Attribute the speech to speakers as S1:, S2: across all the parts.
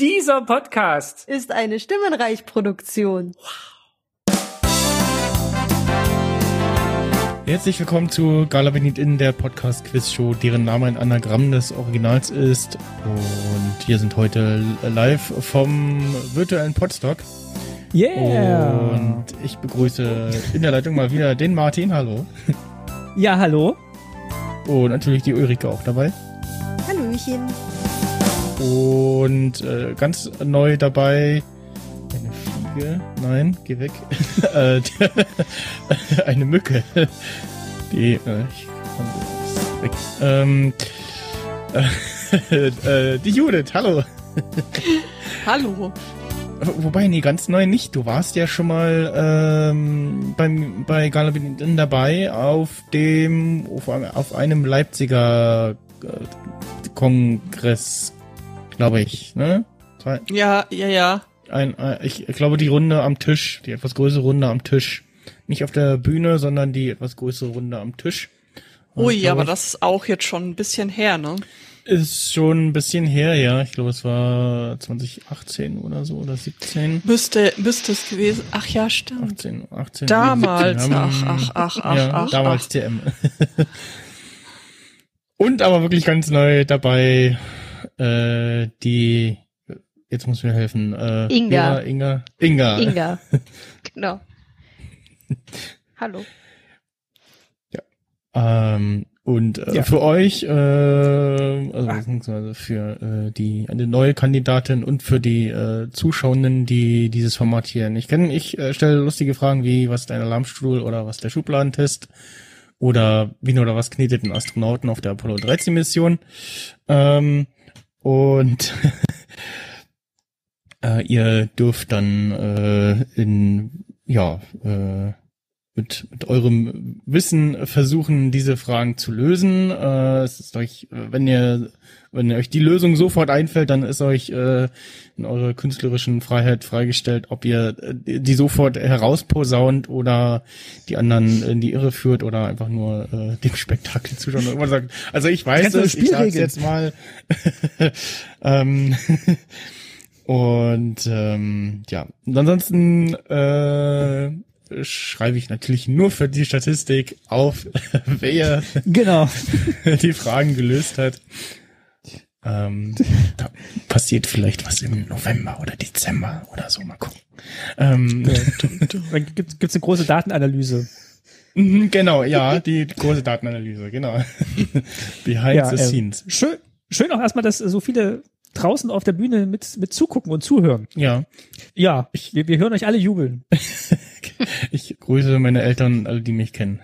S1: Dieser Podcast.
S2: Ist eine Stimmenreich-Produktion.
S3: Herzlich willkommen zu Gala Benit in der Podcast-Quiz-Show, deren Name ein Anagramm des Originals ist. Und wir sind heute live vom virtuellen Podstock.
S4: Yeah!
S3: Und ich begrüße in der Leitung mal wieder den Martin, hallo.
S4: Ja, hallo?
S3: Und natürlich die Ulrike auch dabei.
S2: Hallöchen.
S3: Und äh, ganz neu dabei eine Fliege. Nein, geh weg. Äh, die- eine Mücke. Die äh, ich komm jetzt weg. Ähm, äh, äh, die Judith, hallo.
S5: Hallo.
S3: Wobei, nee, ganz neu nicht. Du warst ja schon mal ähm, beim, bei Galabin dabei auf dem auf, einem- auf einem Leipziger äh, Kongress, glaube ich, ne? Zwei,
S5: Ja, ja, ja.
S3: ein, ein, ich glaube die Runde am Tisch, die etwas größere Runde am Tisch. Nicht auf der Bühne, sondern die etwas größere Runde am Tisch. Und ich
S5: Ui,
S3: glaube,
S5: aber das ist auch jetzt schon ein bisschen her, ne?
S3: ist schon ein bisschen her, ja. Ich glaube, es war 2018 oder so oder 17.
S5: Müsste, müsste es gewesen. Ach ja, stimmt.
S3: 18, 18.
S5: Damals,
S3: 17,
S5: ach, ach, ach, ach,
S3: ja,
S5: ach,
S3: Damals
S5: ach.
S3: TM. Und aber wirklich ganz neu dabei, äh, die, jetzt muss mir helfen, äh,
S6: Inga.
S3: Vera, Inga, Inga.
S6: Inga. Genau. Hallo.
S3: Ähm, und äh,
S4: Ja.
S3: für euch, äh, also
S4: Ah.
S3: beziehungsweise für äh, die eine neue Kandidatin und für die äh, Zuschauenden, die dieses Format hier nicht kennen, ich äh, stelle lustige Fragen wie was ist ein Alarmstuhl oder was ist der Schubladentest oder wen oder was knetet ein Astronauten auf der Apollo 13 Mission. Ähm, und äh, ihr dürft dann äh, in ja äh, mit, mit eurem Wissen versuchen, diese Fragen zu lösen. Äh, es ist euch, äh, wenn ihr, wenn euch die Lösung sofort einfällt, dann ist euch äh, in eurer künstlerischen Freiheit freigestellt, ob ihr äh, die sofort herausposaunt oder die anderen in die Irre führt oder einfach nur äh, dem Spektakel zuschauen. und irgendwann sagt, also ich weiß
S4: Ganz neue
S3: es, ich sag's
S4: Spielregeln.
S3: jetzt mal. ähm, und ähm, ja, und ansonsten äh, schreibe ich natürlich nur für die Statistik auf, wer
S4: Genau.
S3: die Fragen gelöst hat. Ähm, da passiert vielleicht was im November oder Dezember oder so, mal gucken. Ähm,
S4: Dann gibt es eine große Datenanalyse.
S3: mhm, genau, ja, die große Datenanalyse, genau. Behind
S4: Ja,
S3: the
S4: äh,
S3: scenes.
S4: Schön, schön auch erstmal, dass äh, so viele draußen auf der Bühne mit, mit zugucken und zuhören.
S3: Ja,
S4: Ja, wir, wir hören euch alle jubeln.
S3: ich grüße meine Eltern, alle, die mich kennen.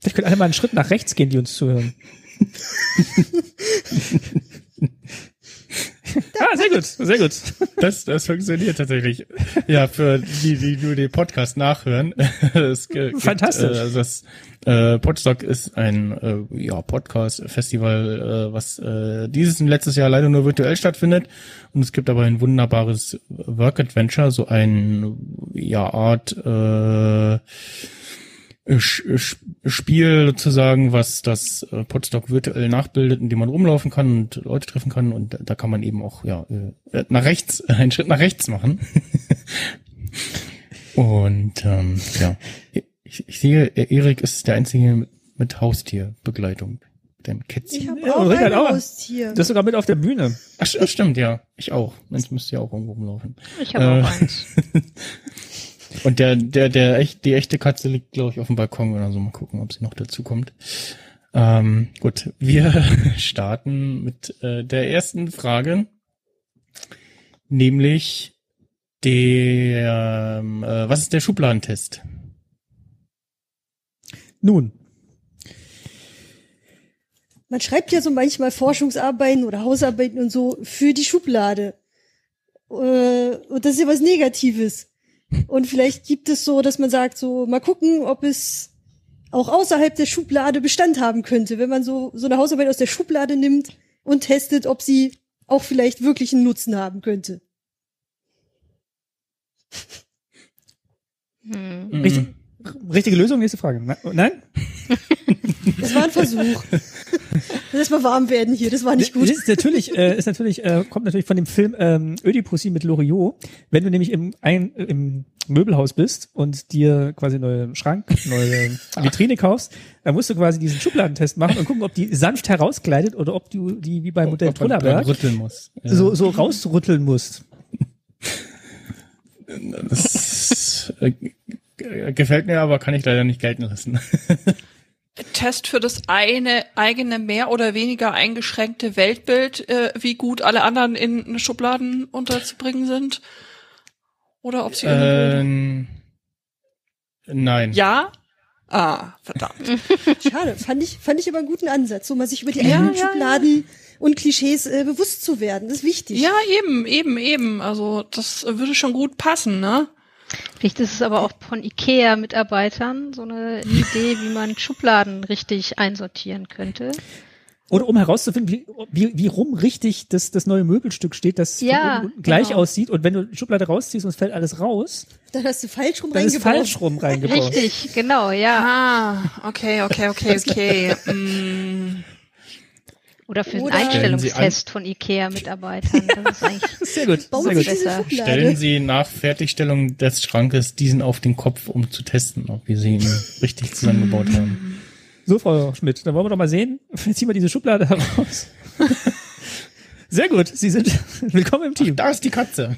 S4: Vielleicht können alle mal einen Schritt nach rechts gehen, die uns zuhören. ah, sehr gut, sehr gut.
S3: Das, das funktioniert tatsächlich. Ja, für die, die nur den Podcast nachhören. Es ge- gibt,
S4: Fantastisch.
S3: Äh, also das äh, Podstock ist ein äh, ja, Podcast-Festival, äh, was äh, dieses und letztes Jahr leider nur virtuell stattfindet. Und es gibt aber ein wunderbares Work-Adventure, so ein ja, Art äh, Sch- Sch- Spiel sozusagen, was das äh, Podstock virtuell nachbildet, in dem man rumlaufen kann und Leute treffen kann und da kann man eben auch ja äh, nach rechts einen Schritt nach rechts machen. und ähm, ja, ich, ich sehe, äh, Erik ist der einzige mit Haustierbegleitung, mit einem
S2: Ich
S3: Kätzchen.
S2: habe
S4: Ja,
S2: auch
S4: Ulrike hat
S2: ein
S4: auch-
S2: Haustier.
S4: Das ist sogar mit auf der Bühne.
S3: Ach, st- ach, stimmt ja, ich auch. Mensch, müsste ja auch irgendwo rumlaufen.
S4: Hm.
S6: Ich habe
S3: Äh.
S6: auch eins.
S3: Und der, der, der echt, die echte Katze liegt, glaube ich, auf dem Balkon oder so. Mal gucken, ob sie noch dazu kommt. Ähm, gut, wir starten mit äh, der ersten Frage, nämlich der, ähm, äh, was ist der Schubladentest?
S4: Nun,
S2: Man schreibt ja so manchmal Forschungsarbeiten oder Hausarbeiten und so für die Schublade. Äh, Und das ist ja was Negatives. Und vielleicht gibt es so, dass man sagt, so, mal gucken, ob es auch außerhalb der Schublade Bestand haben könnte, wenn man so, so eine Hausarbeit aus der Schublade nimmt und testet, ob sie auch vielleicht wirklich einen Nutzen haben könnte.
S6: Hm.
S4: Richtig.
S3: Mhm.
S4: richtige Lösung, nächste Frage. Nein?
S2: Das war ein Versuch. Lass mal warm werden hier, das war nicht gut.
S4: Das ist natürlich, äh, ist natürlich äh, kommt natürlich von dem Film ähm, Ödipussy mit Loriot. Wenn du nämlich im, ein, äh, im Möbelhaus bist und dir quasi einen neuen Schrank, neue Vitrine kaufst, dann musst du quasi diesen Schubladentest machen und gucken, ob die sanft herauskleidet oder ob du die wie bei Modell
S3: Ob man dran
S4: Trullerberg
S3: rütteln muss. Ja.
S4: so, so rausrütteln musst.
S3: Das äh, g- gefällt mir, aber kann ich leider nicht gelten lassen.
S5: Test für das eine eigene mehr oder weniger eingeschränkte Weltbild, äh, wie gut alle anderen in Schubladen unterzubringen sind? Oder ob sie irgendwo-
S3: ähm, nein.
S5: Ja? Ah, verdammt.
S2: Schade, fand ich, fand ich aber einen guten Ansatz, so mal sich über die
S5: Ja,
S2: eigenen
S5: ja, ja.
S2: Schubladen und Klischees äh, bewusst zu werden. Das ist wichtig.
S5: Ja, eben, eben, eben. Also das würde schon gut passen, ne?
S6: Vielleicht ist es aber auch von IKEA-Mitarbeitern so eine Idee, wie man Schubladen richtig einsortieren könnte.
S4: Oder um herauszufinden, wie, wie, wie rum richtig das, das neue Möbelstück steht, das von
S6: Ja,
S4: oben unten gleich
S6: genau.
S4: aussieht. Und wenn du die Schublade rausziehst und es fällt alles raus,
S2: Dann hast du falsch rum
S4: dann ist
S2: reingebaut.
S4: falsch rum reingebaut.
S6: Richtig, genau, ja.
S5: Ah, okay, okay, okay, okay. mm.
S6: Oder für
S2: Oder-
S6: einen
S3: Stellen Sie an-
S6: Einstellungstest von IKEA-Mitarbeitern. Das ist eigentlich
S4: Sehr gut,
S2: Bauen
S4: sehr
S2: Sie
S4: gut.
S2: diese
S6: Besser.
S2: Schublade.
S3: Stellen Sie nach Fertigstellung des Schrankes diesen auf den Kopf, um zu testen, ob wir sie ihn richtig zusammengebaut haben.
S4: So, Frau Schmidt, dann wollen wir doch mal sehen. Ziehen wir diese Schublade heraus. Sehr gut, Sie sind willkommen im Team.
S3: Da ist die Katze.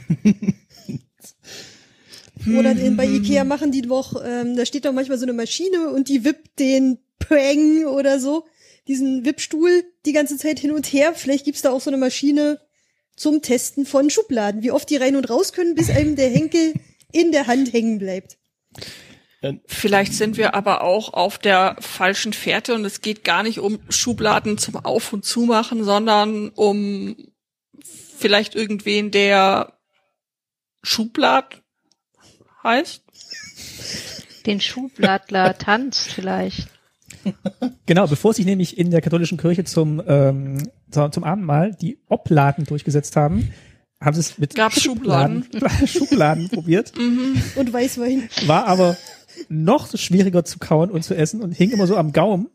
S2: Oder den, bei Ikea machen die doch, ähm, da steht doch manchmal so eine Maschine und die wippt den Pöng oder so, diesen Wippstuhl die ganze Zeit hin und her. Vielleicht gibt's da auch so eine Maschine zum Testen von Schubladen, wie oft die rein und raus können, bis einem der Henkel in der Hand hängen bleibt.
S5: Vielleicht sind wir aber auch auf der falschen Fährte und es geht gar nicht um Schubladen zum Auf- und Zumachen, sondern um vielleicht irgendwen, der Schublad heißt.
S6: den Schubladler tanzt vielleicht.
S4: Genau, bevor sich nämlich in der katholischen Kirche zum, ähm, zum, zum Abendmahl die Oblaten durchgesetzt haben, haben sie es mit
S5: Gab's
S4: Schubladen, Schubladen probiert.
S2: Und weiß wohin.
S4: War aber noch schwieriger zu kauen und zu essen und hing immer so am Gaumen.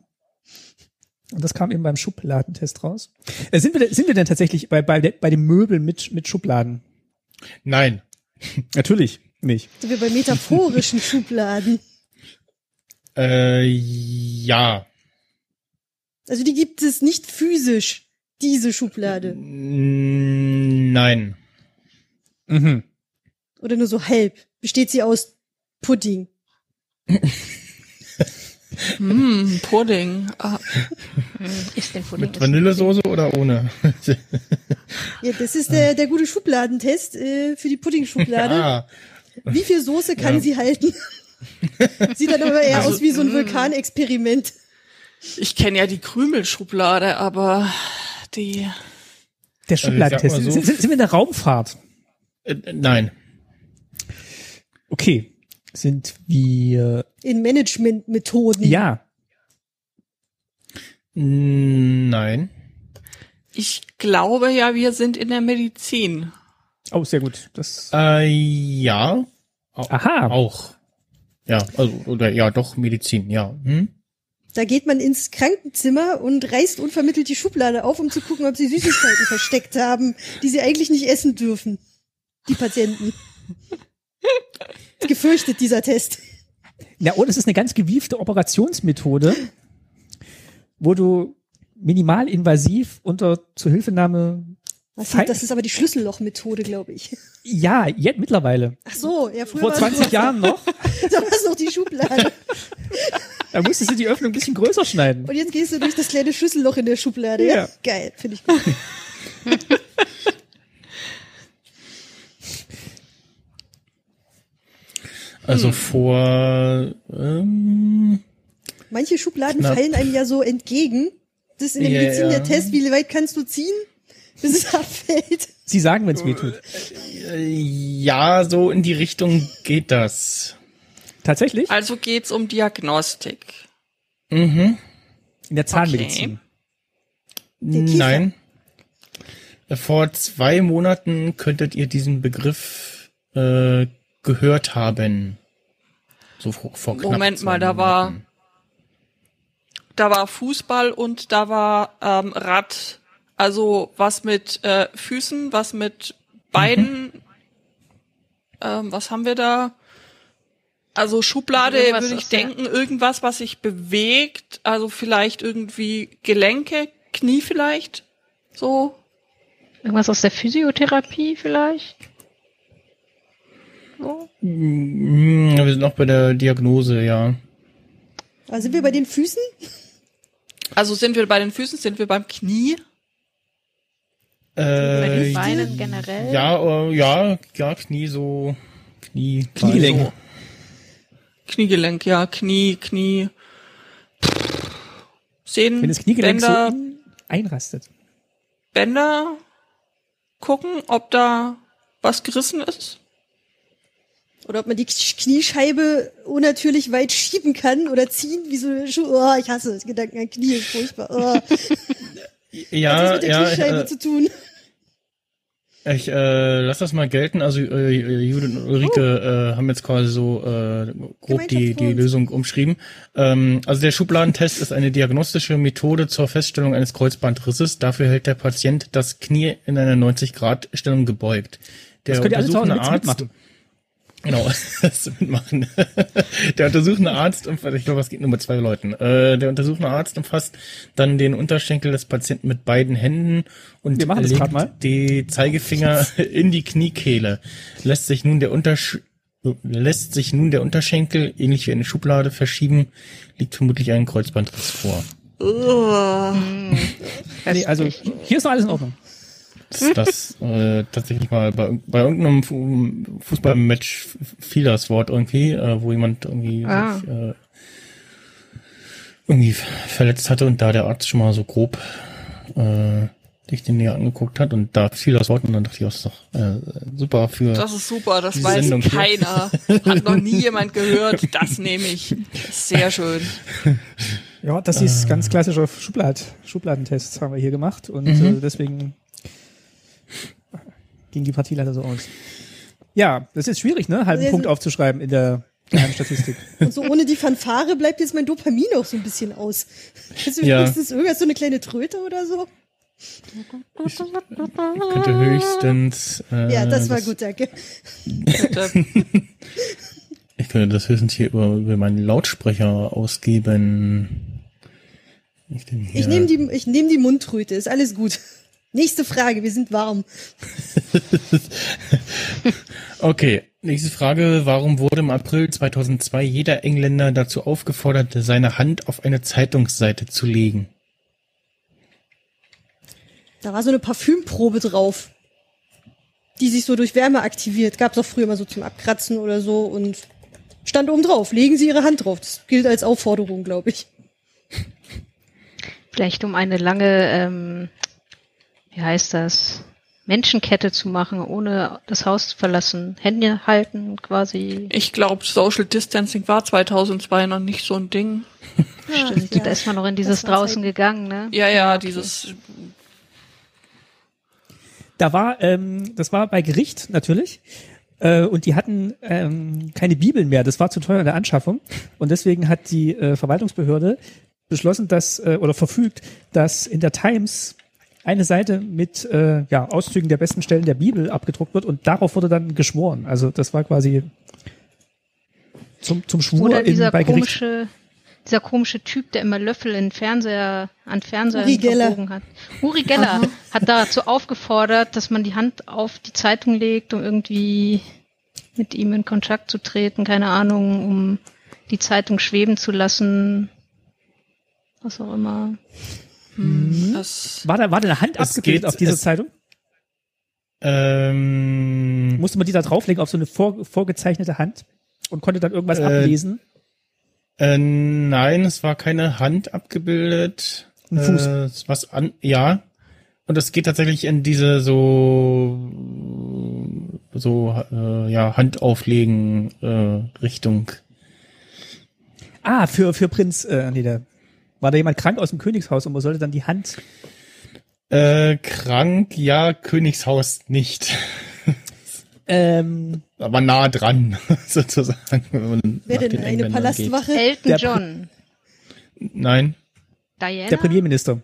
S4: Und das kam eben beim Schubladentest raus. Äh, sind, wir, sind wir denn tatsächlich bei, bei, der- bei dem Möbel mit, mit Schubladen?
S3: Nein.
S4: Natürlich nicht.
S2: Sind wir bei metaphorischen Schubladen.
S3: Äh, ja.
S2: Also die gibt es nicht physisch, diese
S3: Äh,
S2: Schublade.
S3: Mm, Nein.
S4: Mhm.
S2: Oder nur so halb. Besteht sie aus Pudding.
S5: Hm, Pudding. Ah,
S6: Hm, Ist den Pudding.
S3: Mit
S6: ist
S3: Vanillesoße oder ohne?
S2: Ja, das ist der, der gute Schubladentest äh, für die Pudding-Schublade.
S3: ah,
S2: Wie viel Soße kann
S3: Ja.
S2: sie halten? Sieht dann aber eher aus wie so ein Vulkanexperiment.
S5: ich kenne ja die Krümelschublade, aber die.
S4: Der Schubladentest.
S3: Also ich sag mal so-
S4: sind, sind sind wir in der Raumfahrt?
S3: äh, nein.
S4: Okay. Sind wir.
S2: In Managementmethoden.
S4: Ja.
S3: Mm, Nein.
S5: Ich glaube ja, wir sind in der Medizin.
S4: Oh, sehr gut. Das.
S3: Äh, ja. Au-
S4: Aha.
S3: Auch. Ja, also, oder ja, doch, Medizin, ja. Hm?
S2: Da geht man ins Krankenzimmer und reißt unvermittelt die Schublade auf, um zu gucken, ob sie Süßigkeiten versteckt haben, die sie eigentlich nicht essen dürfen. Die Patienten. Gefürchtet dieser Test.
S4: Ja, und es ist eine ganz gewiefte Operationsmethode, wo du minimalinvasiv unter Zuhilfenahme.
S2: Was
S4: Fein-
S2: ist, das ist aber die Schlüssellochmethode, glaube ich.
S4: Ja, jetzt mittlerweile.
S2: Ach so, ja, früher
S4: Vor
S2: war es
S4: 20 Jahren noch.
S2: noch- Da war es noch die Schublade.
S4: Da musstest du die Öffnung ein bisschen größer schneiden.
S2: Und jetzt gehst du durch das kleine Schlüsselloch in der Schublade. Ja.
S4: Ja.
S2: Geil, finde ich gut.
S3: Also
S2: Hm.
S3: vor ähm,
S2: Manche Schubladen
S3: Knapp.
S2: fallen einem ja so entgegen. Das ist in der
S3: Ja,
S2: Medizin
S3: ja.
S2: der Test, wie weit kannst du ziehen, bis es abfällt.
S4: Sie sagen, wenn es weh tut.
S3: ja, so in die Richtung geht das.
S4: Tatsächlich?
S5: Also geht's um Diagnostik.
S3: Mhm.
S4: In der Zahnmedizin.
S2: Der Kiefer.
S3: Nein. Äh, Vor zwei Monaten könntet ihr diesen Begriff äh, gehört haben. So vor, vor knapp
S5: Moment
S3: zwei
S5: mal, da war-
S3: Monaten.
S5: da war Fußball und da war ähm, Rad. Also was mit äh, Füßen, was mit Beinen.
S3: Mhm.
S5: Ähm, was haben wir da? Also Schublade
S6: Irgendwas
S5: würde ich
S6: ist, ja.
S5: denken, irgendwas, was sich bewegt. Also vielleicht irgendwie Gelenke, Knie vielleicht. So.
S6: Irgendwas aus der Physiotherapie vielleicht? So.
S3: Mm, Wir sind noch bei der Diagnose, ja.
S2: Also sind wir bei den Füßen?
S5: Also sind wir bei den Füßen, sind wir beim Knie?
S6: Bei
S3: Äh,
S6: den Beinen generell?
S3: ja, äh, ja, ja, Knie so, Knie,
S4: Kniegelenk.
S3: Also,
S5: Kniegelenk, ja, Knie, Knie. Sehnen,
S4: Wenn das Kniegelenk
S5: Bänder,
S4: so in- einrastet.
S5: Bänder gucken, ob da was gerissen ist.
S2: Oder ob man die Kniescheibe unnatürlich weit schieben kann oder ziehen, wie so eine Schuhe. Oh, ich hasse das Gedanken an Knie, ist furchtbar. Oh, hat das
S3: Ja,
S2: mit der
S3: ja, ich,
S2: Kniescheibe
S3: äh,
S2: zu tun?
S3: ich äh, lass das mal gelten. Also äh, Jude und Ulrike äh, haben jetzt quasi so äh, grob die, die
S2: Gemeinschaftsgrund.
S3: Lösung umschrieben. Ähm, also der Schubladentest ist eine diagnostische Methode zur Feststellung eines Kreuzbandrisses. Dafür hält der Patient das Knie in einer 90-Grad-Stellung gebeugt. Der
S4: Das könnt ihr alle zu Hause
S3: untersuchende
S4: mit- mitmachen.
S3: Genau, das mitmachen. Der untersuchende Arzt umfasst, ich glaube, es geht nur mit zwei Leuten. Äh, der untersuchende Arzt umfasst dann den Unterschenkel des Patienten mit beiden Händen und
S4: Wir machen das grad mal.
S3: die Zeigefinger in die Kniekehle. Lässt sich nun der Untersch lässt sich nun der Unterschenkel ähnlich wie eine Schublade verschieben, liegt vermutlich ein Kreuzbandriss vor.
S4: Nee, also hier ist noch alles in Ordnung.
S2: Hm?
S3: Ist das äh, tatsächlich mal bei, bei irgendeinem Fu- Fußballmatch fiel das Wort irgendwie, äh, wo jemand irgendwie
S6: Ah.
S3: sich, äh, irgendwie ver- verletzt hatte und da der Arzt schon mal so grob äh, sich den näher angeguckt hat und da fiel das Wort und dann dachte ich, auch, das ist doch äh, super für
S5: Das ist super, das
S3: Die
S5: weiß
S3: Sendung hier.
S5: keiner. Hat noch nie jemand gehört. Das nehme ich. Sehr schön.
S4: Ja, das ist ganz klassischer Schublad, Schubladentest, haben wir hier gemacht. Und äh, deswegen ging die Partie leider so aus. Ja, das ist schwierig, ne? Halben
S2: Also
S4: Punkt
S2: jetzt-
S4: aufzuschreiben in der geheimen Statistik.
S2: Und so ohne die Fanfare bleibt jetzt mein Dopamin auch so ein bisschen aus. Hast du
S3: Ja.
S2: wenigstens irgendwas, so eine kleine Tröte oder so?
S3: könnte höchstens äh,
S2: Ja, das war gut, danke.
S5: Bitte.
S3: Ich könnte das höchstens hier über, über meinen Lautsprecher ausgeben. Ich, den
S2: Ich
S3: hier-
S2: nehme die, ich nehm die Mundtröte, ist alles gut. Nächste Frage, wir sind warm.
S3: Okay, nächste Frage. Warum wurde im April 2002 jeder Engländer dazu aufgefordert, seine Hand auf eine Zeitungsseite zu legen?
S2: Da war so eine Parfümprobe drauf, die sich so durch Wärme aktiviert. Gab's auch früher mal so zum Abkratzen oder so und stand oben drauf. Legen Sie Ihre Hand drauf. Das gilt als Aufforderung, glaube ich.
S6: Vielleicht um eine lange, ähm, wie heißt das, Menschenkette zu machen, ohne das Haus zu verlassen. Hände halten quasi.
S5: Ich glaube, Social Distancing war 2002 noch nicht so ein Ding.
S6: Stimmt, da ist man noch in dieses
S2: Das war
S6: draußen gegangen, ne?
S5: Ja, ja, dieses
S4: Da war, ähm, das war bei Gericht natürlich. Äh, und die hatten ähm, keine Bibeln mehr. Das war zu teuer in der Anschaffung. Und deswegen hat die äh, Verwaltungsbehörde beschlossen, dass, äh, oder verfügt, dass in der Times eine Seite mit äh, ja, Auszügen der besten Stellen der Bibel abgedruckt wird und darauf wurde dann geschworen. Also das war quasi zum, zum Schwur
S6: Oder
S4: in,
S6: dieser
S4: bei Gericht.
S6: komische, dieser komische Typ, der immer Löffel in Fernseher, an Fernseher
S2: Uri Geller.
S6: verbogen hat. Uri Geller hat dazu aufgefordert, dass man die Hand auf die Zeitung legt, um irgendwie mit ihm in Kontakt zu treten, keine Ahnung, um die Zeitung schweben zu lassen. Was auch immer.
S5: hm,
S4: Mhm.
S5: das
S4: War da, war da eine Hand
S3: Es
S4: abgebildet
S3: geht-
S4: auf dieser
S3: es-
S4: Zeitung?
S3: Ähm,
S4: Musste man die da drauflegen auf so eine vor, vorgezeichnete Hand und konnte dann irgendwas
S3: Äh,
S4: ablesen?
S3: äh, nein, es war keine Hand abgebildet.
S4: Ein Fuß.
S3: Äh, es was an, ja. Und es geht tatsächlich in diese so so äh, ja Hand auflegen äh, Richtung.
S4: Ah, für, für Prinz, äh, nee, da war da jemand krank aus dem Königshaus und man sollte dann die Hand.
S3: Äh, krank, ja, Königshaus nicht.
S4: Ähm,
S3: aber nah dran, sozusagen. Wenn man
S2: Wer
S3: nach
S2: denn
S3: den
S2: eine
S3: Engländern
S2: Palastwache?
S6: Elton
S4: Der Pri-
S6: John.
S3: geht. Nein,
S6: Diana?
S4: Der Premierminister.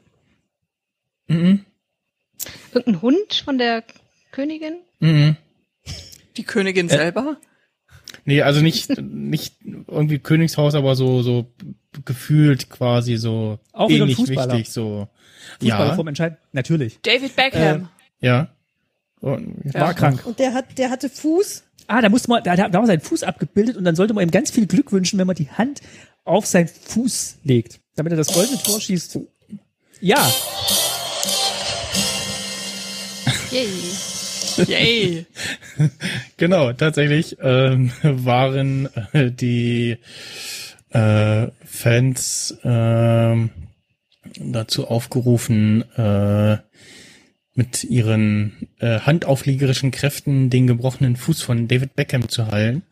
S3: Mhm.
S6: Irgendein Hund von der Königin?
S3: Mhm.
S5: Die Königin
S4: Äh.
S5: selber?
S3: Nee, also nicht, nicht irgendwie Königshaus, aber so, so gefühlt quasi so
S4: Auch wieder ein
S3: ähnlich
S4: Fußballer.
S3: wichtig, so.
S4: Fußballer
S3: Ja.
S4: vorm Entscheiden. Natürlich.
S5: David Beckham.
S3: Ja. Und,
S5: Ja.
S4: War krank.
S2: Und der hat, der hatte Fuß.
S4: Ah, da musste man, da, da da war sein Fuß abgebildet und dann sollte man ihm ganz viel Glück wünschen, wenn man die Hand auf seinen Fuß legt, damit er das goldene Tor schießt. Ja,
S6: Yay.
S5: Äh. Yay.
S3: Genau, tatsächlich ähm, waren äh, die äh, Fans ähm, dazu aufgerufen, äh, mit ihren äh, handaufliegerischen Kräften den gebrochenen Fuß von David Beckham zu heilen.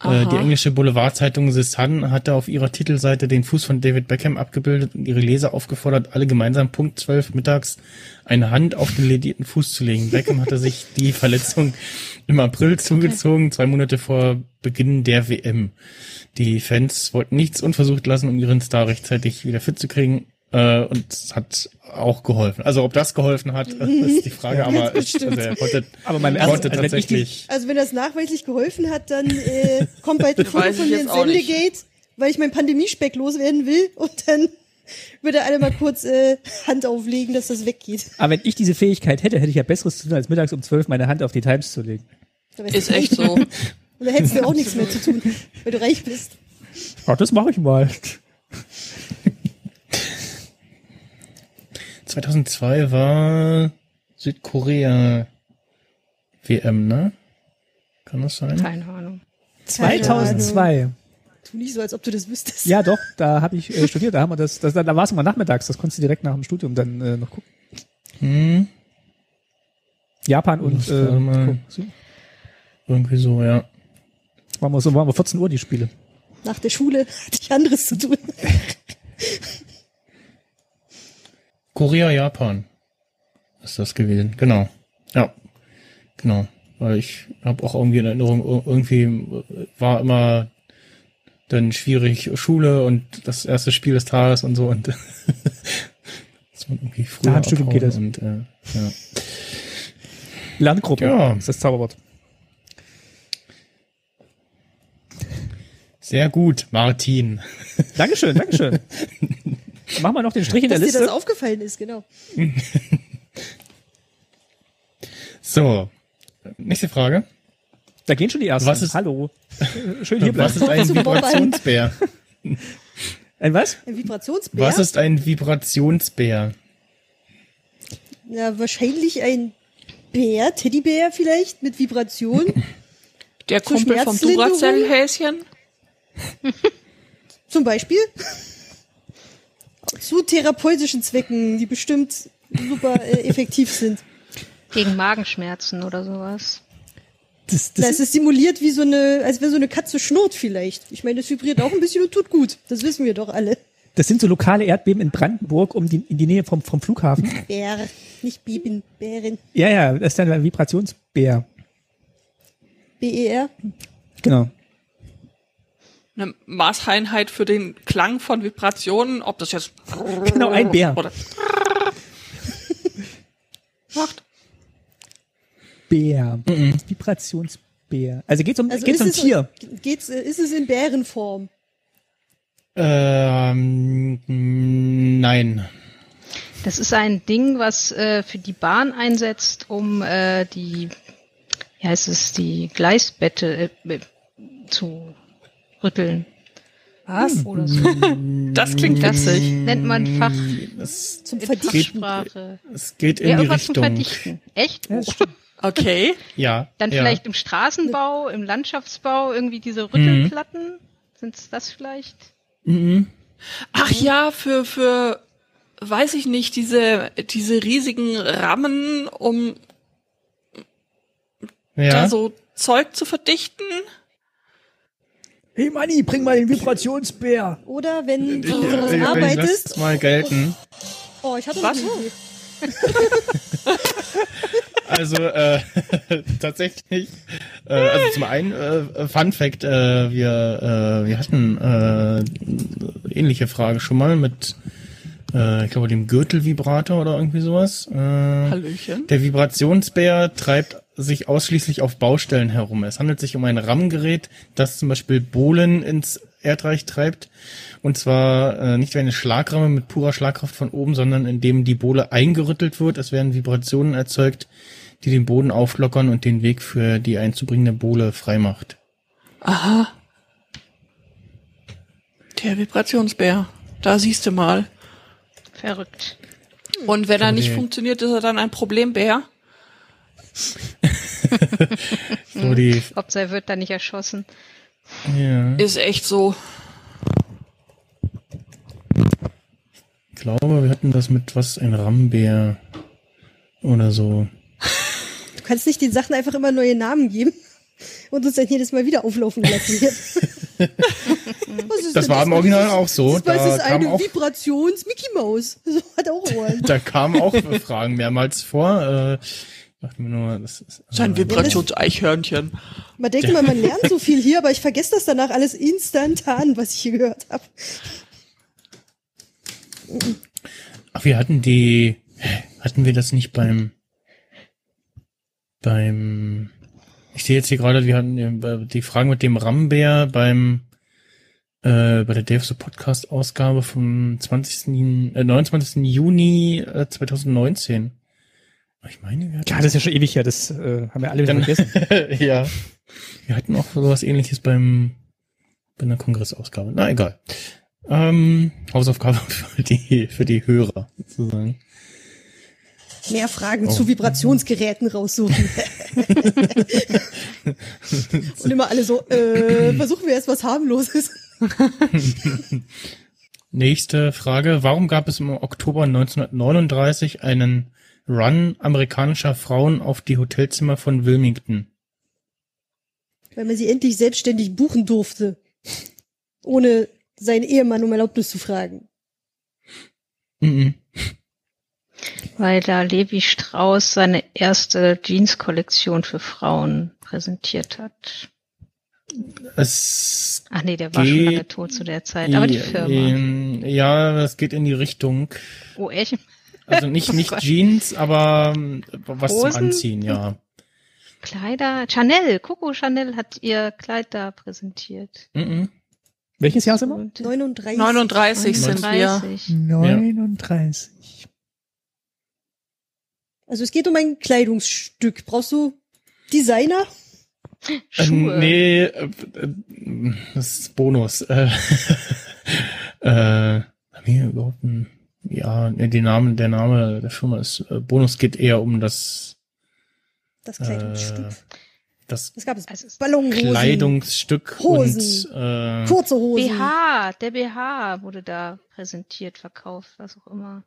S3: Äh,
S5: Aha.
S3: die englische Boulevardzeitung The Sun hatte auf ihrer Titelseite den Fuß von David Beckham abgebildet und ihre Leser aufgefordert, alle gemeinsam Punkt 12 mittags eine Hand auf den ledierten Fuß zu legen. Beckham hatte sich die Verletzung im April zugezogen, zwei Monate vor Beginn der WM. Die Fans wollten nichts unversucht lassen, um ihren Star rechtzeitig wieder fit zu kriegen. Äh, und es hat auch geholfen. Also ob das geholfen hat, ist die Frage, aber
S2: Ganz
S3: also, er konnte,
S4: aber mein Ernst,
S3: konnte
S4: also wenn ich die-
S3: tatsächlich.
S2: Also wenn das nachweislich geholfen hat, dann äh, kommt bald ein
S5: Das
S2: Foto
S5: weiß ich
S2: von mir
S5: jetzt
S2: ins
S5: auch nicht.
S2: Sendegate, weil ich mein Pandemiespeck loswerden will und dann würde alle mal kurz äh, Hand auflegen, dass das weggeht.
S4: aber wenn ich diese Fähigkeit hätte, hätte ich ja Besseres zu tun, als mittags um zwölf meine Hand auf die Times zu legen.
S2: Da wär's-
S5: Ist echt so.
S2: Und da hättest du auch nichts mehr zu tun, weil du reich bist.
S4: Ach, das mache ich mal.
S3: 2002 war Südkorea WM, ne? Kann das sein?
S6: Keine Ahnung.
S2: Keine
S4: 2002.
S2: Ahnung. Also, Tu nicht so, als ob du das wüsstest.
S4: Ja, doch, da habe ich äh, studiert, da haben wir das, das da, da war es immer nachmittags, das konntest du direkt nach dem Studium dann äh, noch gucken.
S3: Hm,
S4: Japan und
S3: Muss
S4: äh,
S3: da mal-
S4: gucken. So,
S3: irgendwie so, ja.
S4: waren wir so waren wir 14 Uhr die Spiele.
S2: Nach der Schule hatte ich anderes zu tun.
S3: Korea, Japan ist das gewesen, genau. Ja, genau. Weil ich habe auch irgendwie in Erinnerung, ir- irgendwie war immer dann schwierig Schule und das erste Spiel des Tages und so und dass man irgendwie früher
S4: Ja, ein Stück geht das.
S3: abhauen und äh, ja.
S4: Lerngruppe
S3: Ja.
S4: ist das Zauberwort.
S3: Sehr gut, Martin.
S4: Dankeschön, Dankeschön. Machen wir noch den Strich in der
S2: Dass dir das
S4: Liste.
S2: aufgefallen ist, genau.
S3: So, nächste Frage.
S4: Da gehen schon die ersten.
S3: Was ist-
S4: Hallo. Äh, Schön hier
S3: Was
S4: bleiben.
S3: ist ein
S2: Zum Vorbei.
S3: Vibrationsbär?
S4: Ein was?
S2: Ein Vibrationsbär.
S3: Was ist ein Vibrationsbär?
S2: Ja, wahrscheinlich ein Bär, Teddybär vielleicht, mit Vibration.
S5: Der
S2: Zur
S5: Kumpel vom
S2: Schmerzlinderung?
S5: Duracell-Häschen?
S2: Zum Beispiel. Zu therapeutischen Zwecken, die bestimmt super äh, effektiv sind.
S6: Gegen Magenschmerzen oder sowas.
S4: Das,
S2: Das, ist simuliert wie so eine, als wäre so eine Katze schnurrt vielleicht. Ich meine, das vibriert auch ein bisschen und tut gut. Das wissen wir doch alle.
S4: das sind so lokale Erdbeben in Brandenburg um die, in die Nähe vom, vom Flughafen.
S2: Bär, nicht Bieben, Bärin.
S4: Ja, ja, das ist dann ein Vibrationsbär.
S2: B-E-R.
S4: Genau.
S5: Eine Maßeinheit für den Klang von Vibrationen, ob das jetzt
S4: Genau, ein
S3: Ah.
S4: Bär.
S5: oder macht.
S4: Bär. Vibrationsbär. Also geht's um,
S2: Also
S4: geht's
S2: ist
S4: um
S2: es,
S4: Tier.
S2: Geht's, äh, ist es in Bärenform?
S3: Ähm, nein.
S6: Das ist ein Ding, was äh, für die Bahn einsetzt, um äh, die, wie heißt es, die Gleisbette äh, äh, zu rütteln.
S5: Was?
S6: Oder so.
S5: Das klingt witzig.
S6: Nennt man Fach
S3: Es,
S2: Zum
S6: in
S2: Verdichten.
S6: Fachsprache.
S3: es geht in
S6: ja,
S3: die
S6: irgendwas zum
S3: Richtung.
S6: Verdichten. Echt?
S4: Ja,
S6: Oh.
S4: das stimmt.
S5: Okay.
S3: Ja.
S6: Dann
S3: ja.
S6: vielleicht im Straßenbau, im Landschaftsbau, irgendwie diese Rüttelplatten. Sind's das vielleicht?
S3: Mhm.
S5: Ach ja, für, für, weiß ich nicht, diese, diese riesigen Rammen, um da
S3: Ja.
S5: so Zeug zu verdichten.
S4: Hey Manni, bring mal den Vibrationsbär.
S2: Oder wenn du
S3: Ja,
S2: daran
S3: ja, lass
S2: arbeitest.
S3: das mal gelten.
S2: Oh, ich hatte
S5: Was?
S2: noch eine Idee.
S3: Also äh, tatsächlich, äh, also zum einen äh, Fun Fact, äh, wir, äh, wir hatten äh, ähnliche Frage schon mal mit äh, ich glaube, dem Gürtelvibrator oder irgendwie sowas. Äh,
S5: Hallöchen.
S3: der Vibrationsbär treibt sich ausschließlich auf Baustellen herum. Es handelt sich um ein RAM-Gerät, das zum Beispiel Bohlen ins Erdreich treibt. Und zwar äh, nicht wie eine Schlagramme mit purer Schlagkraft von oben, sondern indem die Bohle eingerüttelt wird. Es werden Vibrationen erzeugt, die den Boden auflockern und den Weg für die einzubringende Bohle freimacht.
S5: Aha. Der Vibrationsbär. Da siehst du mal.
S6: Verrückt.
S5: Und wenn er nicht
S3: Nee.
S5: funktioniert, ist er dann ein Problembär.
S2: Mhm.
S3: So die,
S6: Hauptsache er wird da nicht erschossen.
S3: ja,
S5: Ist echt so.
S3: ich glaube, wir hatten das mit was, ein RAM-Bär oder so.
S2: Du kannst nicht den Sachen einfach immer neue Namen geben und uns dann jedes Mal wieder auflaufen lassen. Was ist
S3: Das
S2: denn
S3: war im Original auch so.
S2: Das war
S3: Da
S2: es
S3: kam
S2: eine
S3: auch
S2: Vibrations-Mickey Maus. So hat auch Ohren.
S3: Da kamen auch Fragen mehrmals vor. Äh, ich dachte mir nur, das ist.
S5: Sein
S3: äh,
S5: Vibrationseichhörnchen.
S2: Man denkt immer, man lernt so viel hier, aber ich vergesse das danach alles instantan, was ich hier gehört habe.
S3: Ach, wir hatten die. hä, Hatten wir das nicht beim. Beim. Ich sehe jetzt hier gerade, wir hatten äh, die Fragen mit dem Rambär beim. Äh, bei der Dave so Podcast Ausgabe vom 20. Äh, 29. Juni äh, 2019. Ich meine, wir hatten
S4: Ja, das ist ja schon ewig her, das äh, haben wir alle wieder
S3: Dann-
S4: vergessen.
S3: ja. Wir hatten auch sowas ähnliches beim, bei einer Kongressausgabe. Na, egal. Ähm, Hausaufgabe für die, für die Hörer, sozusagen.
S2: Mehr Fragen
S3: Oh.
S2: zu Vibrationsgeräten raussuchen. und immer alle so, äh, versuchen wir erst was harmloses.
S3: Nächste Frage. Warum gab es im Oktober 1939 einen Run amerikanischer Frauen auf die Hotelzimmer von Wilmington?
S2: Weil man sie endlich selbstständig buchen durfte. Ohne seinen Ehemann um Erlaubnis zu fragen.
S3: Mhm.
S6: Weil da Levi Strauss seine erste Jeans-Kollektion für Frauen präsentiert hat.
S3: Es
S6: Ach nee, der war schon
S3: Geht-
S6: lange tot zu der Zeit. Aber die Firma.
S3: Ähm, ja, das geht in die Richtung.
S6: Oh, echt?
S3: Also nicht,
S6: Oh
S3: nicht
S6: Gott.
S3: Jeans, aber ähm, was zum
S6: Hosen?
S3: Anziehen, ja.
S6: Kleider? Chanel, Coco Chanel hat ihr Kleid da präsentiert.
S3: Mhm.
S4: Welches Jahr sind wir?
S6: Und
S2: 39.
S5: 39 sind wir.
S6: 39.
S3: Hm.
S4: 39.
S2: Also es geht um ein Kleidungsstück. Brauchst du Designer?
S6: Schuhe.
S3: Äh, nee, äh, äh, das ist Bonus. Äh, äh, haben wir überhaupt ein, ja, nee, die Namen, der Name der Firma ist äh, Bonus geht eher um das,
S2: Das
S3: äh,
S2: Kleidungsstück.
S3: das
S2: Es gab es.
S6: Also es-
S2: Ballonhosen.
S3: Kleidungsstück
S2: Hosen.
S3: und äh,
S2: Kurze Hosen.
S6: BH, der BH wurde da präsentiert, verkauft, was auch immer.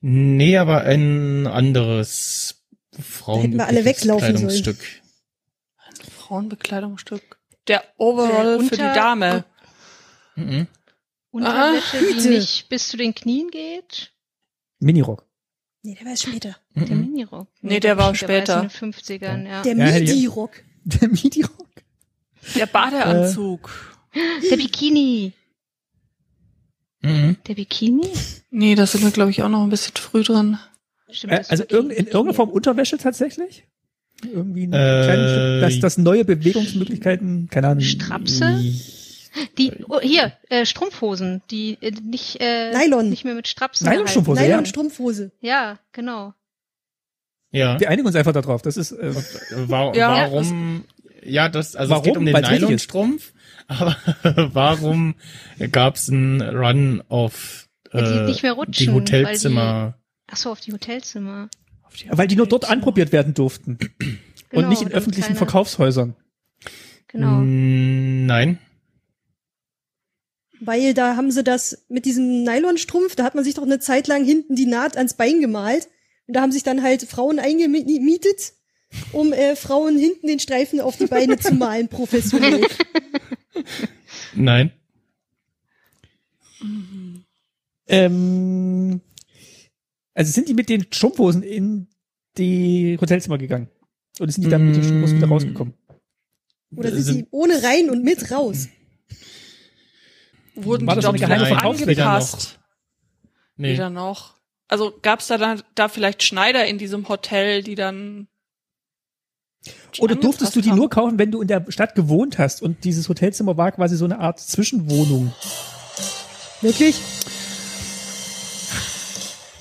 S3: nee, aber ein anderes Frauen
S2: hätten wir alle weglaufen sollen.
S3: Kleidungsstück.
S5: Frauenbekleidungsstück. Der Overall für die
S6: Unter-
S5: Dame.
S3: Mhm.
S6: Unterwäsche,
S2: Hüte.
S6: die nicht bis zu den Knien geht.
S4: Minirock.
S2: Nee, der war erst später.
S6: Der
S3: Mhm.
S6: Minirock.
S5: Nee, der war später.
S6: in den 50ern, ja.
S2: Der
S4: Ah. Ja, hätte ich-
S2: Midi-Rock.
S4: Der Minirock?
S5: Der Badeanzug.
S6: Der Bikini.
S3: Mhm.
S6: Der Bikini?
S5: Äh, Nee, da sind wir, glaube ich, auch noch ein bisschen früh drin.
S6: Stimmt,
S4: Äh,
S6: das
S4: also
S6: Bikini.
S4: irgend, in irgendeiner Form Unterwäsche tatsächlich? Irgendwie ein
S3: Äh,
S4: kleines Stück, dass das neue Bewegungsmöglichkeiten, keine Ahnung.
S6: Strapse? Die, oh, hier, äh, Strumpfhosen, die äh, nicht, äh,
S2: Nylon.
S6: nicht mehr mit Strapsen
S4: Nylonstrumpfhosen,
S6: gehalten.
S4: ja.
S2: Nylon Strumpfhose.
S6: Ja, genau.
S3: Ja.
S4: Wir einigen uns einfach darauf. Das ist äh,
S3: Wa
S5: Ja.
S3: warum? Ja, das, also es geht
S4: Warum?
S3: um den
S4: Weil's richtig ist.
S3: Nylonstrumpf, aber warum gab es einen Run auf
S6: Ja, die
S3: äh,
S6: nicht mehr rutschen,
S3: die Hotelzimmer?
S6: Ach so, auf die Hotelzimmer.
S4: weil die nur dort anprobiert werden durften
S6: Genau,
S4: und nicht in
S6: damit
S4: öffentlichen Mhm.
S6: keiner-
S4: Verkaufshäusern.
S6: Genau.
S3: Mm, Nein.
S2: Weil da haben sie das mit diesem Nylonstrumpf, da hat man sich doch eine Zeit lang hinten die Naht ans Bein gemalt. Und da haben sich dann halt Frauen eingemietet, um äh, Frauen hinten den Streifen auf die Beine zu malen, professionell.
S3: Nein.
S5: Mhm.
S4: Ähm, also sind die mit den Strumpfhosen in die Hotelzimmer gegangen und sind die dann mit den Strumpfhosen wieder
S3: Mm.
S4: rausgekommen?
S2: Oder sind
S3: Sind-
S2: sie ohne rein und mit raus?
S5: Wurden
S4: War
S5: die
S4: das so eine
S5: doch
S4: geheime
S5: vielleicht
S4: Verkaufsfläche
S5: angepasst? nee. weder noch. Also gab's da, da da vielleicht Schneider in diesem Hotel, die dann
S4: die Oder durftest du die haben? nur kaufen, wenn du in der Stadt gewohnt hast und dieses Hotelzimmer war quasi so eine Art Zwischenwohnung?
S2: Wirklich?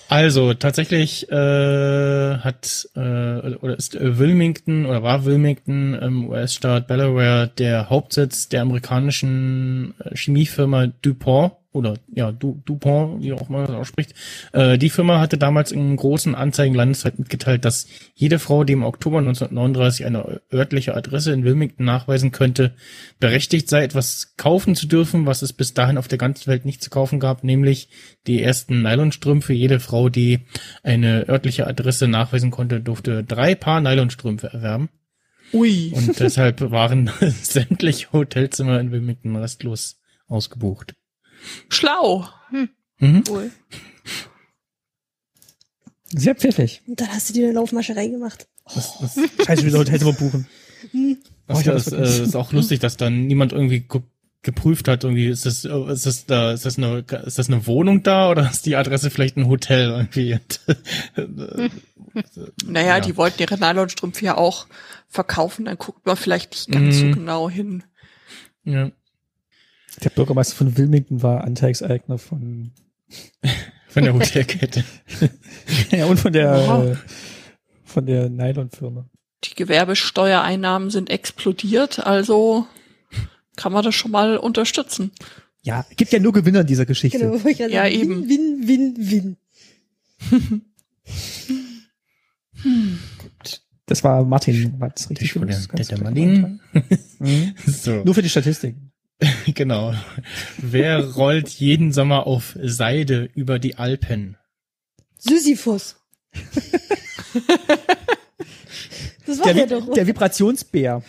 S3: Also tatsächlich äh, hat äh, oder ist äh, Wilmington oder war Wilmington im US-Staat Delaware der Hauptsitz der amerikanischen äh, Chemiefirma DuPont oder ja du, DuPont, wie auch man das ausspricht. Äh, die Firma hatte damals in großen Anzeigen landesweit mitgeteilt, dass jede Frau, die im Oktober 1939 eine örtliche Adresse in Wilmington nachweisen könnte, berechtigt sei, etwas kaufen zu dürfen, was es bis dahin auf der ganzen Welt nicht zu kaufen gab, nämlich die ersten Nylonstrümpfe. Jede Frau, die eine örtliche Adresse nachweisen konnte, durfte drei Paar Nylonstrümpfe erwerben.
S4: Ui.
S3: Und deshalb waren sämtliche Hotelzimmer in Wilmington restlos ausgebucht.
S5: Schlau. Hm.
S3: Mhm. Cool.
S4: Sehr pfiffig.
S2: Und dann hast du dir eine Laufmasche reingemacht.
S4: Das, das Scheiße, wir sollten Hotelzimmer buchen.
S3: Hm. Das, das, das, ist auch lustig, dass dann niemand irgendwie geprüft hat, irgendwie, ist das, äh, ist das da, ist das eine, ist das eine Wohnung da oder ist die Adresse vielleicht ein Hotel irgendwie?
S5: naja, ja. die wollten ihre Nylonstrümpfe ja auch verkaufen, dann guckt man vielleicht nicht ganz mhm. so genau hin.
S3: Ja.
S4: Der Bürgermeister von Wilmington war Anteilseigner von
S3: von der Hotelkette.
S4: ja, und von der wow. äh, von der Nylon-Firma.
S5: Die Gewerbesteuereinnahmen sind explodiert, also kann man das schon mal unterstützen.
S4: Ja, gibt ja nur Gewinner in dieser Geschichte. Genau,
S5: ich also ja,
S2: win,
S5: eben.
S2: Win, win, win.
S4: hm. Gut. Das war Martin, war das richtig?
S3: Der, der, der Martin.
S4: mhm. so. Nur für die Statistik.
S3: Genau. Wer rollt jeden Sommer auf Seide über die Alpen?
S2: Sisyphus.
S4: das war der, ja doch. Der Vibrationsbär.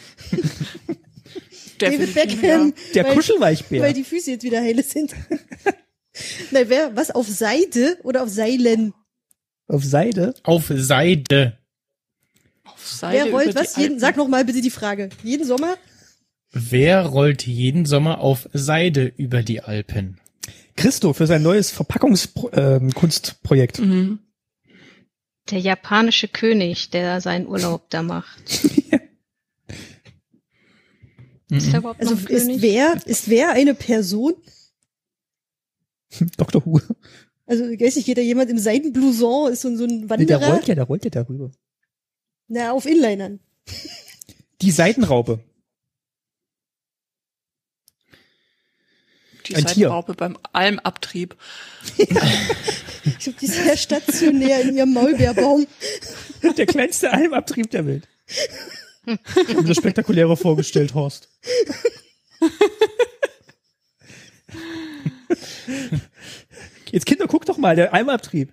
S2: Der David Beckham.
S4: Der Kuschelweichbär.
S2: Weil die Füße jetzt wieder heile sind. Nein, wer, was, auf Seide oder auf Seilen?
S4: Auf Seide?
S3: Auf Seide.
S5: Auf Seide.
S2: Wer rollt was? Jeden, sag nochmal bitte die Frage. Jeden Sommer?
S3: Wer rollt jeden Sommer auf Seide über die Alpen?
S4: Christo für sein neues Verpackungskunstprojekt. Äh, mhm.
S6: Der japanische König, der seinen Urlaub da macht.
S2: ist
S4: Mhm.
S2: der überhaupt also noch König? ist wer ist wer eine Person?
S4: Dr. Who.
S2: Also ich weiß nicht, geht da jemand im Seidenblouson, ist so, ein, so ein Wanderer? Nee,
S4: der rollt ja, der rollt ja darüber.
S2: Na, auf Inlinern.
S4: Die Seidenraupe.
S5: die ein Tier. beim Almabtrieb.
S2: ich glaube, die ist sehr stationär in ihrem Maulbeerbaum.
S4: Der kleinste Almabtrieb der Welt. Ich habe mir das spektakuläre vorgestellt, Horst. Jetzt Kinder, guck doch mal, der Almabtrieb.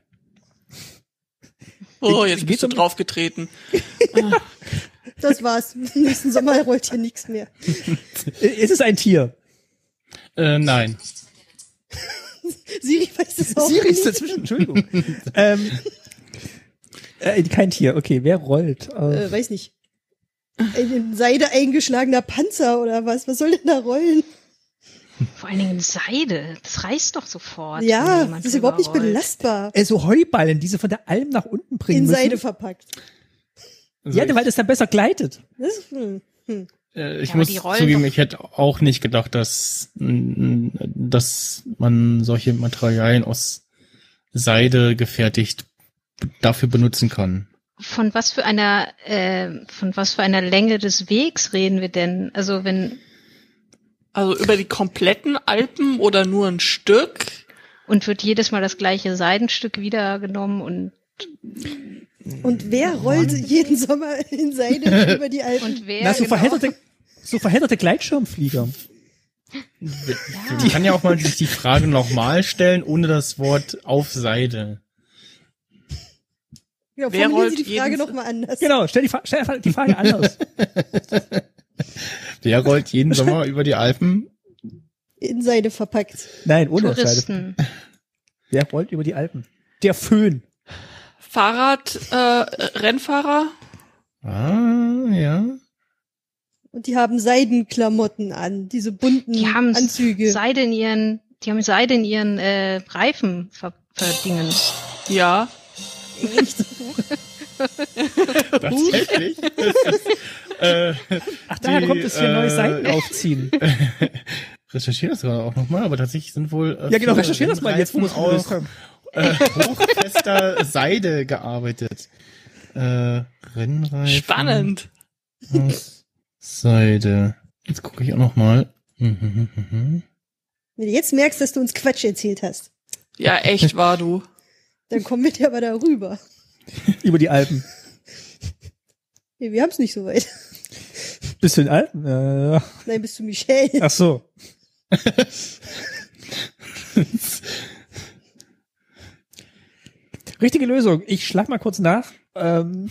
S5: Oh, jetzt bist du draufgetreten.
S2: das war's. Nächsten Sommer rollt hier nichts mehr.
S4: Äh, Es ist ein Tier.
S3: Äh, nein.
S2: Siri weiß es auch.
S4: Siri ist
S2: nicht.
S4: dazwischen, Entschuldigung. ähm, äh, kein Tier, okay, wer rollt?
S2: Äh, weiß nicht. Ein in Seide eingeschlagener Panzer oder was? Was soll denn da rollen?
S6: Vor allen Dingen Seide, das reißt doch sofort.
S2: Ja, das ist überhaupt nicht belastbar.
S4: Also Heuballen, die sie von der Alm nach unten bringen.
S2: In
S4: müssen.
S2: Seide verpackt.
S4: Also ja, weil das dann besser gleitet.
S2: Das, hm, hm
S3: Äh, ich ja, muss zugeben, ich hätte auch nicht gedacht, dass, dass man solche Materialien aus Seide gefertigt dafür benutzen kann.
S6: Von was für einer, äh, von was für einer Länge des Wegs reden wir denn? Also wenn.
S5: Also über die kompletten Alpen oder nur ein Stück?
S6: Und wird jedes Mal das gleiche Seidenstück wiedergenommen und
S2: und wer rollt Mann. jeden Sommer in Seide über die Alpen?
S6: Und wer
S4: Na, so, genau. verhedderte, so verhedderte Gleitschirmflieger.
S3: Ja. Man kann ja auch mal sich die Frage nochmal stellen, ohne das Wort auf Seide.
S2: Ja, wer rollt Genau, Sie die Frage nochmal anders.
S4: Genau, stell die, stell die Frage anders.
S3: wer rollt jeden Sommer über die Alpen?
S2: In Seide verpackt.
S4: Nein, ohne Touristen. Seide. Wer rollt über die Alpen? Der Föhn.
S5: Fahrrad, äh, Rennfahrer.
S3: Ah, ja.
S2: Und die haben Seidenklamotten an, diese bunten
S6: die haben
S2: Anzüge.
S6: Seide in ihren, die haben Seide in ihren äh, Reifen ver verdingen.
S5: Ja.
S2: Echt?
S3: Tatsächlich. Das ist, äh,
S4: Ach, daher
S3: Die,
S4: kommt es hier neue
S3: äh,
S4: Seiten aufziehen.
S3: recherchiere das gerade auch nochmal, aber tatsächlich sind wohl. äh,
S4: Ja, genau,
S3: viele
S4: recherchier das mal jetzt, wo wir es
S3: Rennreifen
S4: gelöst
S3: aus
S4: haben.
S3: äh, hochfester Seide gearbeitet. Äh, Rennreifen.
S5: Spannend.
S3: aus Seide. Jetzt gucke ich auch nochmal. Mhm, mhm, mhm.
S2: Wenn du jetzt merkst, dass du uns Quatsch erzählt hast,
S5: Ja, echt war du.
S2: dann kommen wir dir aber da rüber.
S4: Über die Alpen.
S2: Nee, wir haben es nicht so weit.
S4: Bis zu den Alpen? Äh,
S2: Nein, bist du Michelle.
S4: ach so. Richtige Lösung. Ich schlag mal kurz nach. Ähm,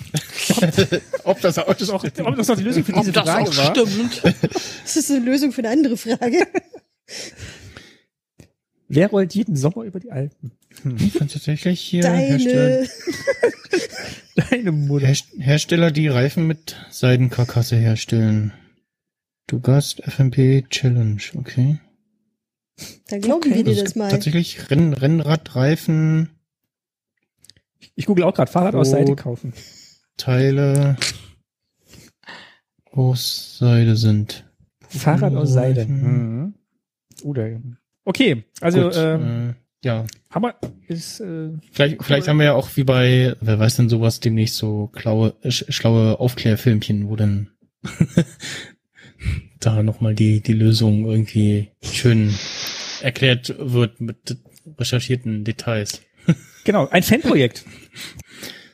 S3: Ob das auch,
S4: das auch, ob das noch die Lösung für diese
S5: Ob das
S4: Frage
S5: auch
S4: war?
S5: stimmt.
S2: Das ist eine Lösung für eine andere Frage.
S4: Wer rollt jeden Sommer über die Alpen?
S3: Ich fand tatsächlich hier Hersteller,
S2: Deine.
S4: Deine Mutter.
S3: Herst- Hersteller, die Reifen mit Seidenkarkasse herstellen. Du Gast FMP Challenge, okay.
S2: Dann glauben wir
S3: Also
S2: dir
S3: es
S2: das
S3: gibt
S2: mal.
S3: tatsächlich Renn Rennradreifen,
S4: Ich google auch gerade Fahrrad aus
S3: Oh.
S4: Seite kaufen.
S3: Teile aus Seide sind.
S4: Fahrrad aus Seide.
S3: Reifen.
S4: Mhm. Oder. Okay, also
S3: Gut,
S4: ähm,
S3: äh, ja,
S4: Hammer ist äh,
S3: vielleicht, vielleicht haben wir ja auch wie bei, wer weiß denn sowas, demnächst so klaue, sch, schlaue Aufklärfilmchen, wo dann da nochmal die, die Lösung irgendwie schön erklärt wird mit recherchierten Details.
S4: genau ein Fanprojekt.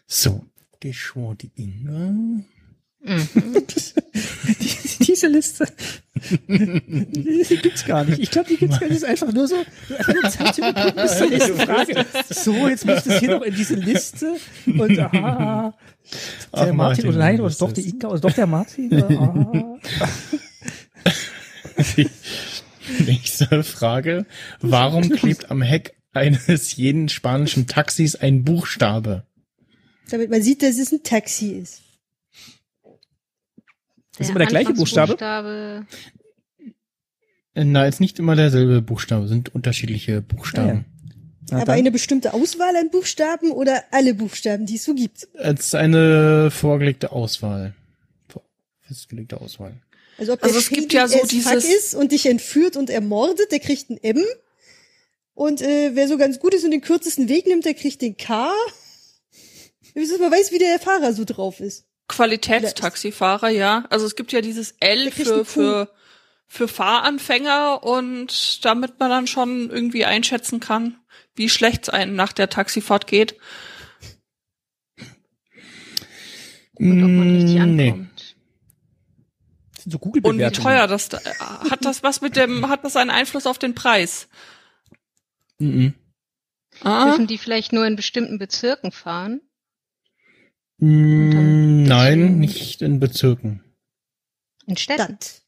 S3: So. Die Show, die Inga.
S6: Mhm.
S4: Die- Diese Liste. die gibt's gar nicht. Ich glaube, die gibt's gar nicht. Das ist einfach nur so, einfach nur Zeit zu überbrücken bis zur nächsten Frage. So, jetzt muss das hier noch in diese Liste. Und aha, der
S3: Ach,
S4: Martin,
S3: Martin,
S4: oder nein, oder
S3: was
S4: ist doch
S3: ist
S4: die
S3: das?
S4: Inga oder ist doch der Martin. Oder, aha.
S3: Nächste Frage. Warum klebt am Heck eines jeden spanischen Taxis ein Buchstabe?
S2: Damit man sieht, dass es ein Taxi ist.
S4: Ist immer der gleiche Buchstabe?
S6: Anfangsbuchstabe.
S3: Äh, Na, ist nicht immer derselbe Buchstabe, sind unterschiedliche Buchstaben.
S4: Na
S2: aber
S4: dann.
S2: eine bestimmte Auswahl an Buchstaben oder alle Buchstaben, die es so gibt.
S3: Es ist eine vorgelegte Auswahl. Vor- Festgelegte Auswahl.
S2: Also ob
S5: Also
S2: der
S5: es gibt
S2: shady
S5: ja so
S2: as fuck
S5: dieses-
S2: ist und dich entführt und ermordet, der kriegt ein M. Und äh, wer so ganz gut ist und den kürzesten Weg nimmt, der kriegt den K. Bis man weiß, wie der Fahrer so drauf ist.
S5: Qualitätstaxifahrer, ja. Also es gibt ja dieses L
S2: Der kriegt einen
S5: für, für, für Fahranfänger und damit man dann schon irgendwie einschätzen kann, wie schlecht's einem nach der Taxifahrt geht.
S6: Und ob man richtig
S3: Mm,
S6: ankommt.
S4: Das sind so
S5: Und wie
S4: Google-Bewertungen.
S5: teuer das da, hat das was mit dem, hat das einen Einfluss auf den Preis?
S3: Nee. Mhm.
S5: Ah,
S6: Dürfen die vielleicht nur in bestimmten Bezirken fahren? Und
S3: Mm,
S6: dann-
S3: Nein, nicht in Bezirken.
S6: In Städten?
S2: Stadt.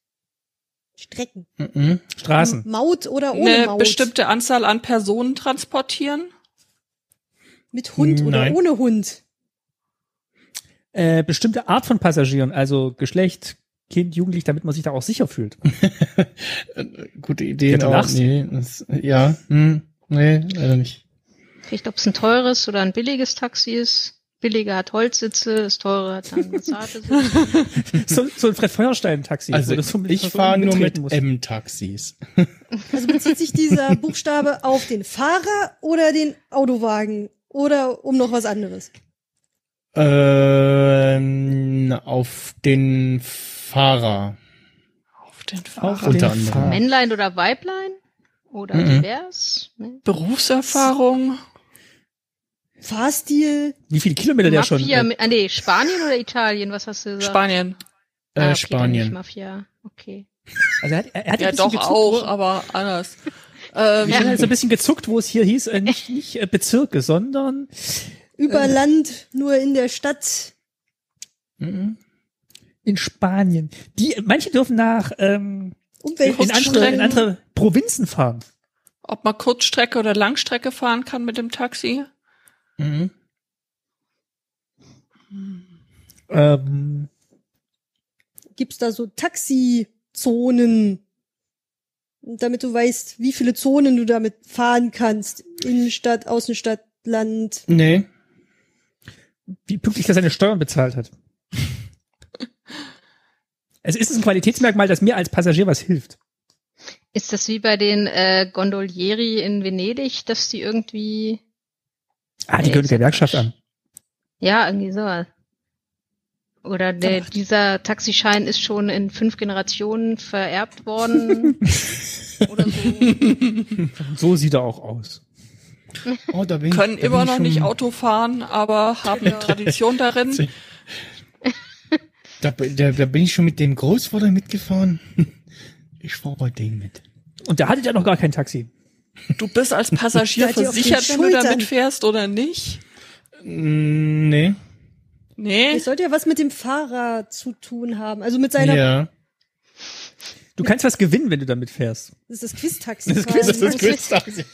S2: Strecken.
S3: Mhm.
S4: Straßen.
S2: Maut oder ohne
S5: eine
S2: Maut.
S5: bestimmte Anzahl an Personen transportieren?
S2: Mit Hund
S3: Nein.
S2: oder ohne Hund.
S4: Äh, bestimmte Art von Passagieren, also Geschlecht, Kind, Jugendlich, damit man sich da auch sicher fühlt.
S3: Äh, Gute Idee.
S4: Ja, du
S3: aber
S4: lachst.
S3: nee, das, ja. Hm. Nee, leider nicht.
S6: Vielleicht, ob es ein teures oder ein billiges Taxi ist. Billiger hat Holzsitze, das teure hat dann Massagesitze.
S4: So, so ein Fred Feuerstein-Taxi.
S3: Also
S4: wo du so mit-
S3: ich
S4: so
S3: fahre nur mit
S4: betreten musst.
S3: M-Taxis.
S2: Also bezieht sich dieser Buchstabe auf den Fahrer oder den Autowagen oder um noch was anderes?
S3: Ähm, auf den
S5: Ah,
S3: Fahrer. äh,
S5: Auf den
S4: Auf
S5: Fahrer.
S4: den
S3: Unter anderem.
S4: Fahrer.
S6: Männlein oder Weiblein? Oder
S3: Mhm.
S6: divers? Ne?
S5: Berufserfahrung?
S2: Fahrstil,
S4: Wie viele Kilometer der schon? äh,
S6: Mafia, mit, ah, nee, Spanien oder Italien? Was hast du gesagt?
S3: Äh,
S5: Spanien.
S6: Ah, okay, dann nicht
S3: Spanien.
S6: Mafia, okay.
S4: Also er hat, er hat
S5: Ja,
S4: ein bisschen
S5: doch
S4: gezuckt,
S5: auch,
S4: Wo,
S5: aber anders. Ähm,
S4: ich bin halt so ein bisschen gezuckt, wo es hier hieß, äh, nicht, nicht äh, Bezirke, sondern
S2: über
S5: Äh.
S2: Land, nur in der Stadt.
S3: Mhm.
S4: in Spanien. Die, manche dürfen nach ähm,
S5: Äh,
S2: Umwelt.
S4: in, andere, in
S5: Kurzstrecken.
S4: andere Provinzen fahren.
S5: Ob man Kurzstrecke oder Langstrecke fahren kann mit dem Taxi?
S3: Mhm.
S4: Ähm,
S2: Gibt's da so Taxizonen? damit du weißt, wie viele Zonen du damit fahren kannst. Innenstadt, Außenstadt, Land.
S3: Nee.
S4: Wie pünktlich das seine Steuern bezahlt hat. Also ist es ein Qualitätsmerkmal, das mir als Passagier was hilft.
S6: Ist das wie bei den äh, Gondolieri in Venedig, dass die irgendwie.
S4: Ah, die gehört der Gewerkschaft an.
S6: Ja, irgendwie so. Oder der,
S5: Ach.
S6: dieser Taxischein ist schon in fünf Generationen vererbt worden. oder so.
S4: So sieht er auch aus.
S3: Oh, da bin
S5: Können
S3: da bin
S5: immer
S3: ich
S5: noch
S3: schon-
S5: nicht Auto fahren, aber haben eine Tradition darin.
S3: Da, bin- da, da bin ich schon mit dem Großvater mitgefahren. Ich war bei dem mit.
S4: Und da hattet ihr noch gar kein Taxi.
S5: Du bist als Passagier
S2: Seid ihr auf den
S5: versichert, wenn du
S2: Schultern?
S5: damit fährst oder nicht.
S3: Mm, Nee.
S5: Nee.
S2: Das sollte ja was mit dem Fahrer zu tun haben. Also mit seiner,
S3: ja.
S4: Du kannst was gewinnen, wenn du damit fährst.
S2: das ist das Quiz-Taxi.
S4: Das ist
S2: quasi.
S4: Quiz- das ist
S3: Quiztaxi.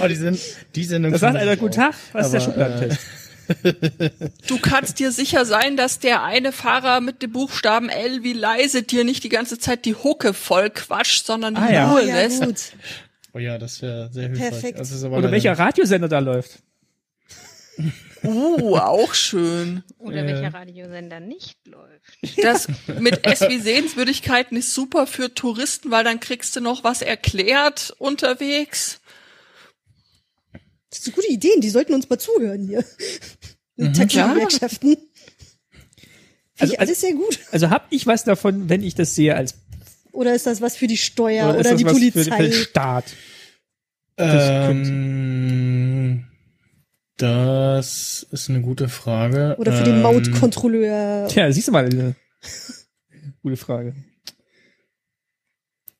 S3: oh, die sind, die Sendung.
S4: Das sagt
S3: fand
S4: einer,
S3: ich
S4: guten
S3: auch.
S4: Tag, was ist der
S3: Aber, äh,
S4: Schubladentest?
S5: Du kannst dir sicher sein, dass der eine Fahrer mit dem Buchstaben L wie leise dir nicht die ganze Zeit die Hucke voll quatscht, sondern die
S4: Ah, ja.
S2: Ah,
S5: Ruhe
S2: ja,
S5: lässt.
S2: gut.
S3: Oh ja, das wäre sehr hilfreich.
S2: Perfekt.
S3: Das ist aber
S4: Oder
S3: leider-
S4: welcher Radiosender da läuft.
S5: Uh, auch schön.
S6: Oder
S3: Ja.
S6: welcher Radiosender nicht läuft.
S5: Das mit S wie Sehenswürdigkeiten ist super für Touristen, weil dann kriegst du noch was erklärt unterwegs.
S2: Das sind gute Ideen, die sollten uns mal zuhören hier. Mhm. Taxi-Gewerkschaften.
S4: Also-
S2: Also, alles sehr gut.
S4: Also hab ich was davon, wenn ich das sehe als
S2: Oder ist das was für die Steuer oder,
S4: ist das
S2: die
S4: was für- Für
S2: Polizei?
S4: den Staat.
S3: Ähm, das ist eine gute Frage.
S2: oder für
S3: ähm,
S2: den Mautkontrolleur?
S4: Tja, siehst du mal, eine gute Frage.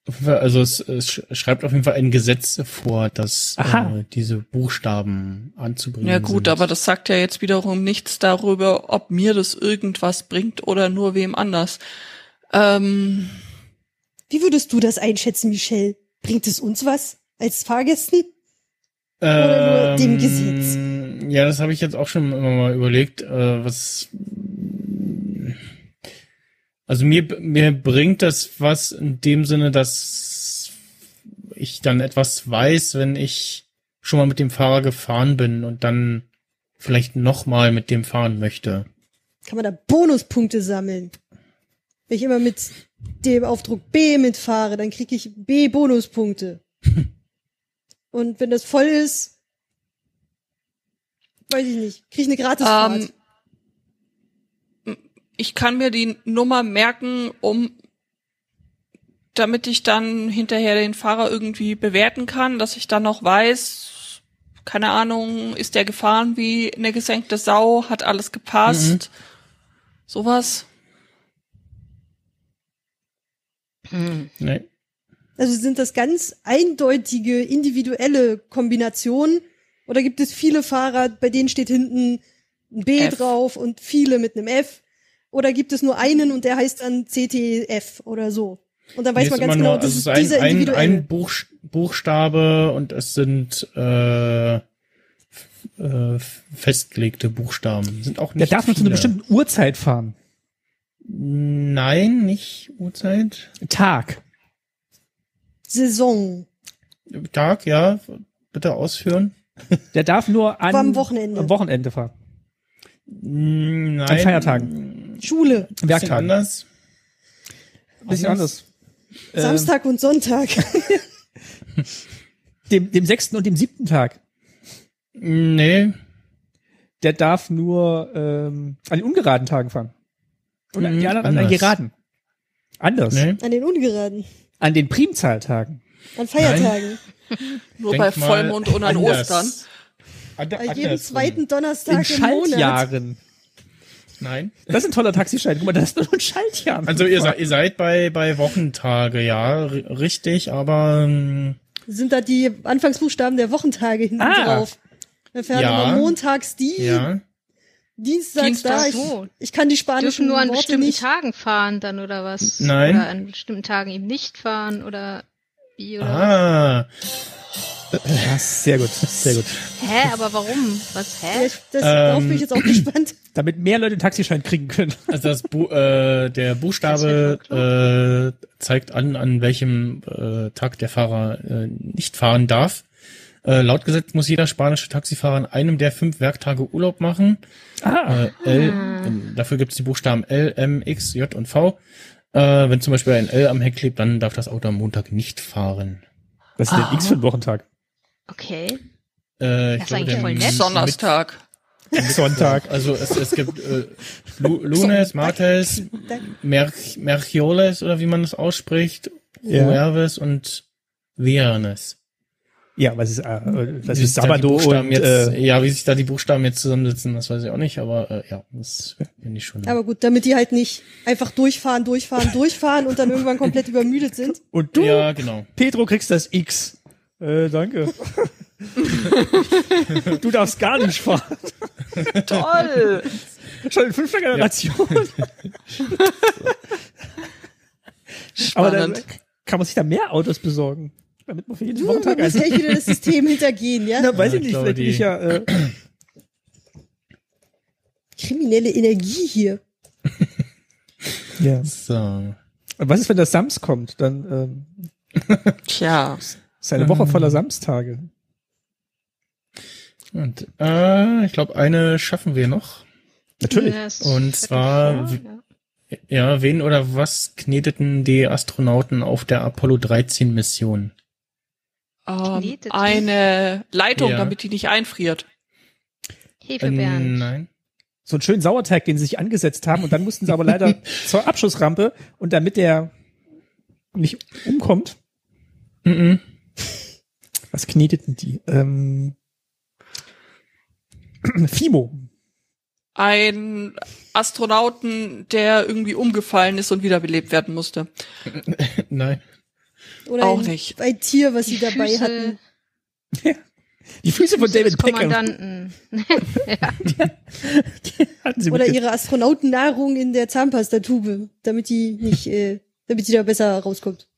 S3: Auf jeden Fall, Also es, es sch- schreibt auf jeden Fall ein Gesetz vor, dass
S4: Aha.
S3: äh, diese Buchstaben anzubringen
S5: Ja gut,
S3: sind.
S5: aber das sagt ja jetzt wiederum nichts darüber, ob mir das irgendwas bringt oder nur wem anders. Ähm,
S2: Wie würdest du das einschätzen, Michelle? Bringt es uns was als Fahrgästen?
S3: ähm,
S2: oder nur dem Gesetz?
S3: Ja, das habe ich jetzt auch schon immer mal überlegt, äh, was also mir, mir bringt das was in dem Sinne, dass ich dann etwas weiß, wenn ich schon mal mit dem Fahrer gefahren bin und dann vielleicht nochmal mit dem fahren möchte.
S2: Kann man da Bonuspunkte sammeln? Wenn ich immer mit dem Aufdruck B mitfahre, dann kriege ich B Bonuspunkte. Und wenn das voll ist, weiß ich nicht, kriege ich eine Gratisfahrt.
S5: Ähm, ich kann mir die Nummer merken, um damit ich dann hinterher den Fahrer irgendwie bewerten kann, dass ich dann noch weiß, keine Ahnung, ist der gefahren wie eine gesenkte Sau, hat alles gepasst,
S3: Mhm.
S5: sowas.
S6: Hm.
S3: Nee.
S2: Also sind das ganz eindeutige, individuelle Kombinationen? Oder gibt es viele Fahrer, bei denen steht hinten ein B
S5: F.
S2: drauf und viele mit einem F? Oder gibt es nur einen und der heißt dann CTF oder so? Und dann weiß
S3: Nee,
S2: man
S3: ist
S2: ganz
S3: immer
S2: genau,
S3: nur-
S2: das
S3: also
S2: ist
S3: es ein,
S2: dieser
S3: ein,
S2: individuelle.
S3: ein Buch, Buchstabe und es sind äh, f- äh, f- festgelegte Buchstaben. Sind auch
S4: Der
S3: nicht
S4: darf nur zu einer
S3: viele.
S4: bestimmten Uhrzeit fahren.
S3: Nein, nicht Uhrzeit.
S4: Tag.
S2: Saison.
S3: Tag, ja. Bitte ausführen.
S4: Der darf nur an,
S2: Aber am Wochenende.
S4: am Wochenende fahren.
S3: Nein.
S4: An Feiertagen.
S2: Schule.
S3: Werktag.
S4: Werktagen.
S3: anders.
S4: Ein bisschen anders. Ähm,
S2: Samstag und Sonntag.
S4: Dem, dem sechsten und dem siebten Tag.
S3: Nee.
S4: Der darf nur ähm, an den ungeraden Tagen fahren. Und an
S3: Mhm,
S4: die anderen an den
S3: anders.
S4: geraden. Anders.
S3: nee.
S2: An den Ungeraden.
S4: An den Primzahltagen.
S2: An Feiertagen.
S5: Nur
S3: Denk
S5: bei
S3: mal
S5: Vollmond und an
S3: anders.
S5: Ostern.
S3: Ander-
S2: An jedem
S3: andersrum.
S2: zweiten
S4: In
S2: Donnerstag im Monat.
S4: Schaltjahren.
S3: Nein.
S4: Das ist ein toller Taxischein. Guck mal, das ist nur ein Schaltjahr.
S3: Also ihr, se- ihr seid bei, bei Wochentage, ja, ri- richtig, aber ähm,
S2: Sind da die Anfangsbuchstaben der Wochentage hinten
S4: Ah.
S2: drauf? Dann fährt
S3: Ja.
S2: immer montags die,
S3: ja.
S2: Dienstags
S5: Dienstags
S2: da. Ich,
S6: so.
S2: ich kann die
S6: Dürfen
S2: spanischen
S6: nur an
S2: Worte
S6: bestimmten
S2: nicht.
S6: Tagen fahren dann oder was?
S3: Nein.
S6: Genau.
S2: Ah.
S6: Oder an bestimmten Tagen eben nicht fahren oder wie oder
S3: Ah.
S4: Ja, sehr gut, sehr gut.
S6: Hä, aber warum? Was,
S2: Ja,
S6: hä?
S2: ich, das, darauf
S4: Ähm.
S2: bin ich jetzt auch gespannt.
S4: Damit mehr Leute einen Taxischein kriegen können.
S3: Also das Bu äh, der
S6: Das
S3: Buchstabe äh, zeigt an, an welchem äh, Tag der Fahrer äh, nicht fahren darf. Äh, laut Gesetz muss jeder spanische Taxifahrer an einem der fünf Werktage Urlaub machen.
S4: Ah,
S3: Äh, L, ähm, dafür gibt es die Buchstaben L, M, X, J und V. Äh, wenn zum Beispiel ein L am Heck klebt, dann darf das Auto am Montag nicht fahren.
S4: was ist denn
S5: Ah.
S4: X für ein Wochentag?
S6: Okay.
S3: Äh,
S6: Das ist eigentlich voll nett.
S3: mit-
S5: Sonderstag.
S4: Sonntag.
S3: Also es, es gibt äh, Lu Lunes, Martes, Mer Merchioles oder wie man das ausspricht,
S4: Ja.
S3: Jueves und Viernes.
S4: Ja, was ist, äh, was
S3: Wie
S4: ist
S3: sich da die
S4: Sabado
S3: Buchstaben
S4: und,
S3: jetzt,
S4: äh,
S3: ja, wie sich da die Buchstaben jetzt zusammensetzen, das weiß ich auch nicht, aber äh, ja, das bin ich schon.
S2: Aber gut, damit die halt nicht einfach durchfahren, durchfahren, durchfahren und dann irgendwann komplett übermüdet sind.
S4: und du,
S3: ja, genau.
S4: Pedro, kriegst das X. Äh, danke. du darfst gar nicht fahren.
S5: Toll!
S4: Schon in fünfter Generation. Aber dann
S5: Spannend.
S4: kann man sich da mehr Autos besorgen. Damit man für jeden
S2: Du, man
S4: Wochentag eins.
S2: muss gleich wieder das System hintergehen, ja?
S4: Na, weiß
S3: Ja,
S4: ich
S3: ich
S4: nicht,
S3: glaube,
S4: vielleicht bin
S3: die-
S4: ich ja, äh,
S2: Kriminelle Energie hier.
S4: ja.
S3: So.
S4: Und was ist, wenn das Sams kommt? Dann, ähm,
S5: Tja.
S4: ist eine Woche voller Samstage.
S3: Und äh, ich glaube, eine schaffen wir noch.
S4: Natürlich.
S6: Ja, es ist
S3: Und
S6: Viertel
S3: zwar-
S6: vor, ja.
S3: Ja, wen oder was kneteten die Astronauten auf der Apollo 13 Mission?
S5: Ähm,
S6: Knetet.
S5: eine Leitung,
S3: Ja.
S5: damit die nicht einfriert.
S3: Äh,
S6: Hefebeeren.
S3: nein.
S4: So einen schönen Sauerteig, den sie sich angesetzt haben und dann mussten sie aber leider zur Abschussrampe und damit der nicht umkommt.
S3: Mhm.
S4: Was kneteten die? Ähm, Fimo.
S5: Ein Astronauten, der irgendwie umgefallen ist und wiederbelebt werden musste.
S3: Nein.
S2: Oder
S5: Auch
S2: ein,
S5: nicht.
S2: ein Tier, was
S6: Die
S2: sie dabei
S6: Füße-
S2: hatten.
S4: Die Füße von
S6: Füße
S4: David
S6: des
S4: Beckham
S6: Kommandanten.
S4: hatten sie
S2: Oder
S4: mitge-
S2: ihre Astronautennahrung in der Zahnpastatube, damit die nicht, äh, damit die da besser rauskommt.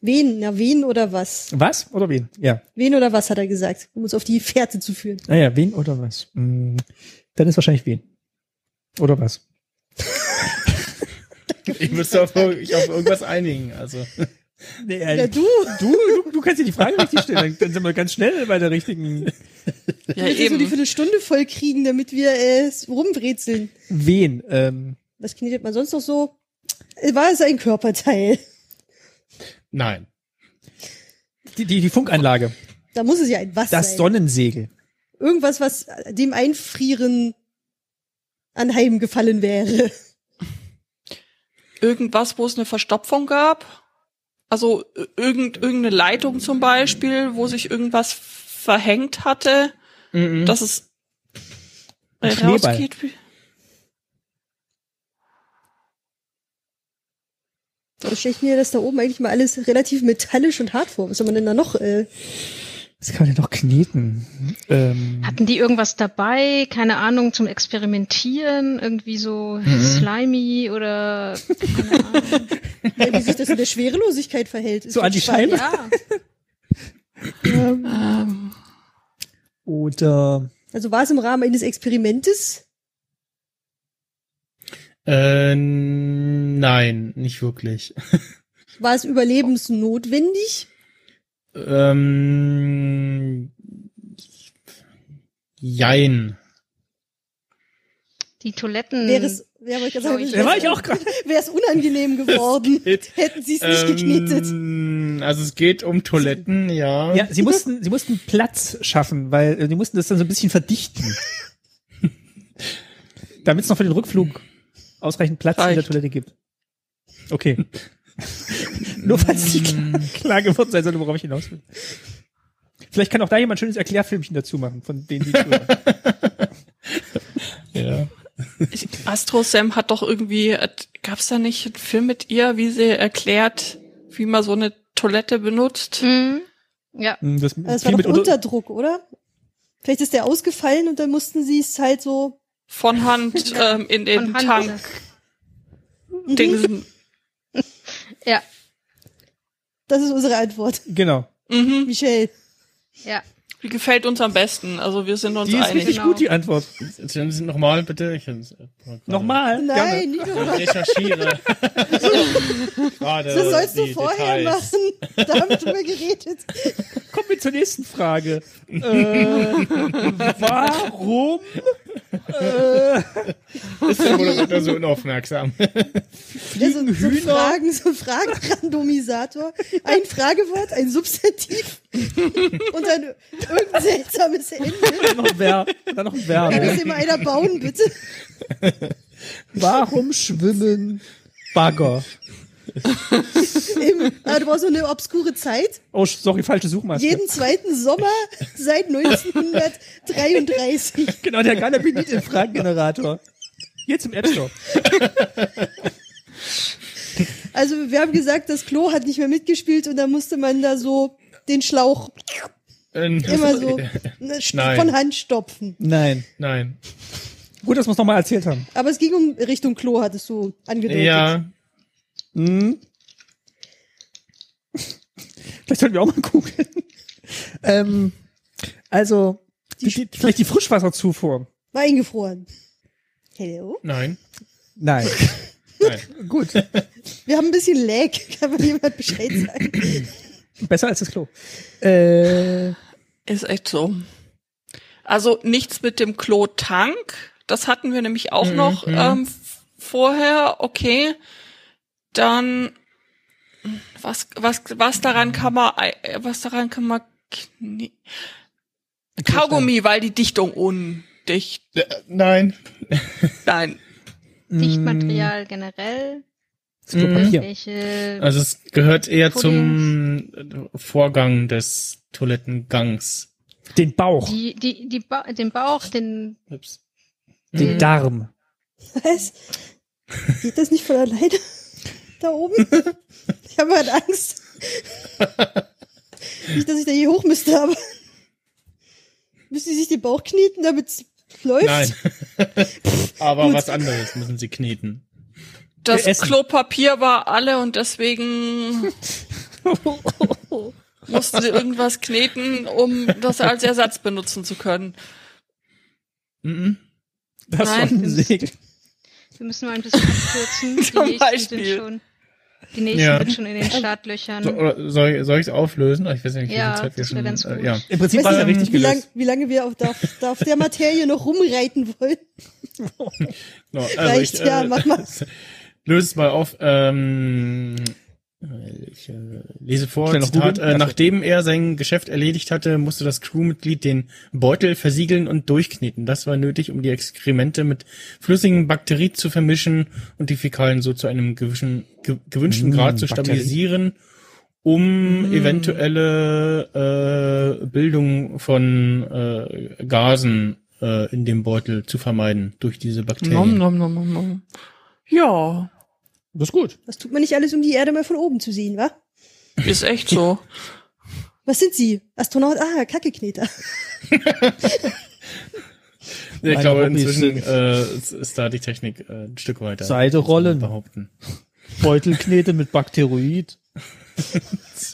S2: Wen? Na, wen oder was?
S4: Was? Oder wen? Ja.
S2: Wen oder was hat er gesagt, um uns auf die Fährte zu führen.
S4: Naja, wen oder was? Hm, Dann ist wahrscheinlich wen. Oder was?
S3: Ich müsste auf, ich auf irgendwas einigen. Also
S4: Äh,
S2: Na, du,
S4: du, du, du kannst dir die Frage richtig stellen. Dann sind wir ganz schnell bei der richtigen.
S5: Ja,
S2: damit wir so die
S5: eben.
S2: Viertelstunde voll kriegen, damit wir äh, es rumbrezeln.
S4: Wen? Ähm,
S2: Was knetet man sonst noch so? Äh, War es ein Körperteil?
S3: nein.
S4: die, die, die Funkanlage.
S2: Da muss es ja ein was
S4: Das
S2: sein.
S4: Sonnensegel.
S2: Irgendwas, was dem Einfrieren anheimgefallen wäre.
S5: Irgendwas, wo es eine Verstopfung gab. Also äh, irgend, irgendeine Leitung zum Beispiel, wo sich irgendwas verhängt hatte,
S3: Mhm.
S5: dass es
S4: Ein
S5: rausgeht.
S2: Da stelle ich mir das da oben eigentlich mal alles relativ metallisch und hart vor. Was soll man denn da noch? Äh,
S4: Das kann man ja noch kneten. Ähm,
S6: Hatten die irgendwas dabei? Keine Ahnung, zum Experimentieren? Irgendwie so
S4: Mhm.
S6: slimy oder keine Ahnung.
S2: ja, wie sich das in der Schwerelosigkeit verhält. Ist
S4: So
S2: schon
S4: an die
S2: spannend.
S4: Scheibe?
S6: Ja,
S5: ähm,
S4: oder
S2: Also war es im Rahmen eines Experimentes?
S3: Äh, nein, nicht wirklich.
S2: War es überlebensnotwendig?
S3: Ähm, jein.
S6: die Toiletten.
S2: Wäre es,
S5: Hm.
S2: ja, wollte ich gerade sagen,
S6: Scheuchen.
S4: da war ich auch gerade.
S2: wäre es unangenehm geworden,
S3: geht.
S2: hätten sie es nicht geknetet.
S3: Ähm, also es geht um Toiletten, ja.
S4: Ja, sie mussten, sie mussten Platz schaffen, weil äh, die mussten das dann so ein bisschen verdichten. Damit es noch für den Rückflug ausreichend Platz in der
S5: Reicht.
S4: Toilette gibt. Okay. Nur falls die klar, klar geworden sein sollte, worauf ich hinaus will. Vielleicht kann auch da jemand ein schönes Erklärfilmchen dazu machen, von denen die zuhören.
S3: ja.
S5: Astro Sam hat doch irgendwie, äh, gab's da nicht einen Film mit ihr, wie sie erklärt, wie man so eine Toilette benutzt?
S6: Mhm. Ja,
S4: Hm, Das,
S2: Das
S4: viel
S2: war doch
S4: mit
S2: unter
S4: unter
S2: Unterdruck, oder? Vielleicht ist der ausgefallen und dann mussten sie es halt so.
S5: Von Hand ähm, in den
S6: von Hand.
S5: Tank dingsen.
S6: Ja,
S2: Das ist unsere Antwort.
S4: genau.
S5: Mhm.
S2: Michelle.
S6: Ja.
S5: Die gefällt uns am besten. Also wir sind uns
S4: Die ist
S5: einig.
S4: richtig
S6: Genau.
S4: gut, die Antwort.
S3: Nochmal bitte. Ich, äh,
S4: Nochmal.
S2: Nein, nicht
S4: Äh,
S3: Ich
S2: nochmal.
S3: recherchiere. Gerade
S2: Das sollst du
S3: die
S2: vorher
S3: Details.
S2: machen. Da haben wir drüber geredet.
S4: Kommen wir zur nächsten Frage. äh, warum? Äh,
S3: Ist der Moderator so unaufmerksam?
S2: Ja, so, so
S4: Hühner.
S2: Fragen, so ein Fragenrandomisator. Ein Fragewort, ein Substantiv und dann irgendein seltsames Ende.
S4: noch ein Verb. Dann noch ein
S2: Kann das
S4: Verb.
S2: immer einer bauen, bitte?
S4: Warum schwimmen Bagger?
S2: Im, aber du brauchst so eine obskure Zeit.
S4: Oh, sorry, falsche Suchmaske.
S2: Jeden zweiten Sommer seit 1933.
S4: Genau, der Galabinit im Fragengenerator. Jetzt im App Store.
S2: Also wir haben gesagt, das Klo hat nicht mehr mitgespielt und da musste man da so den Schlauch
S3: Ähm,
S2: immer so ne, st-
S3: Nein.
S2: von Hand stopfen.
S4: Nein.
S3: Nein.
S4: Gut, dass wir es nochmal erzählt haben.
S2: Aber es ging um Richtung Klo, hattest du angedeutet.
S3: Ja,
S4: Hm. Vielleicht sollten wir auch mal gucken. ähm, also, die, die, vielleicht die Frischwasserzufuhr.
S2: War eingefroren. Hello?
S3: nein,
S4: Nein.
S3: nein.
S4: Gut.
S2: Wir haben ein bisschen Lag, kann mir jemand Bescheid sagen.
S4: Besser als das Klo. Äh,
S5: Ist echt so. Also nichts mit dem Klotank. Das hatten wir nämlich auch
S3: Mhm.
S5: noch ähm, f- vorher. Okay. Dann was was was daran kann man ei- äh, was daran kann man knie- Kaugummi, weil die Dichtung undicht.
S3: Äh, Nein.
S5: Nein.
S4: Mhm.
S6: Dichtmaterial generell.
S4: Das Klopapier.
S6: Welche
S3: Also es gehört eher
S6: Pudding.
S3: zum äh, Vorgang des Toilettengangs.
S4: Den Bauch.
S6: die, die, die ba den Bauch, den
S3: Ups.
S4: Den Darm.
S2: Was? Geht das nicht von alleine? Da oben? Ich habe halt Angst. Nicht, dass ich da je hoch müsste, aber müssen sie sich den Bauch kneten, damit es läuft?
S3: Nein. Aber
S2: Gut.
S3: was anderes müssen sie kneten.
S5: Das
S4: Wir essen.
S5: Klopapier war alle und deswegen mussten sie irgendwas kneten, um das als Ersatz benutzen zu können.
S3: Mhm.
S4: Das war
S5: Nein.
S4: ein Segel.
S6: Wir müssen mal ein bisschen abkürzen. Die
S5: Zum
S6: nächsten
S5: Beispiel.
S6: sind schon, die nächsten
S3: Ja.
S6: sind schon in
S4: Also,
S6: den
S3: So,
S6: Startlöchern.
S3: oder soll, soll ich es auflösen? Ich weiß nicht, wie
S6: Ja,
S3: viel Zeit wir
S6: das
S3: schon...
S6: wäre ganz gut.
S3: Äh, ja.
S4: Im Prinzip
S2: Weißt
S4: war es
S2: du,
S4: ja richtig
S2: wie, lang,
S4: gelöst.
S2: wie lange wir auf, darf, darf der Materie noch rumreiten wollen?
S3: No, also
S2: Reicht, ja,
S4: äh,
S2: mach mal.
S3: Löse es mal auf. Ähm, ich äh, lese vor,
S4: Schnell noch
S3: Zitat,
S4: googeln.
S3: äh, nachdem er sein Geschäft erledigt hatte, musste das Crewmitglied den Beutel versiegeln und durchkneten. Das war nötig, um die Exkremente mit flüssigem Bakterit zu vermischen und die Fäkalien so zu einem gewischen, ge, gewünschten
S4: Mm,
S3: Grad zu
S4: Bakterit.
S3: stabilisieren, um
S4: Hm.
S3: eventuelle äh, Bildung von äh, Gasen äh, in dem Beutel zu vermeiden durch diese Bakterien.
S5: Nom, nom, nom, nom, nom. Ja,
S4: Das ist gut.
S2: Was tut man nicht alles, um die Erde mal von oben zu sehen, wa?
S5: ist echt so.
S2: Was sind sie? Astronaut? Ah, Kackekneter.
S3: Ja, ich
S4: Meine
S3: glaube,
S4: Hobbys
S3: inzwischen
S4: sind-
S3: äh, ist- ist da die Technik äh, ein Stück weiter.
S4: Seite
S3: muss man
S4: rollen.
S3: Behaupten.
S4: Beutelknete mit Bakteroid.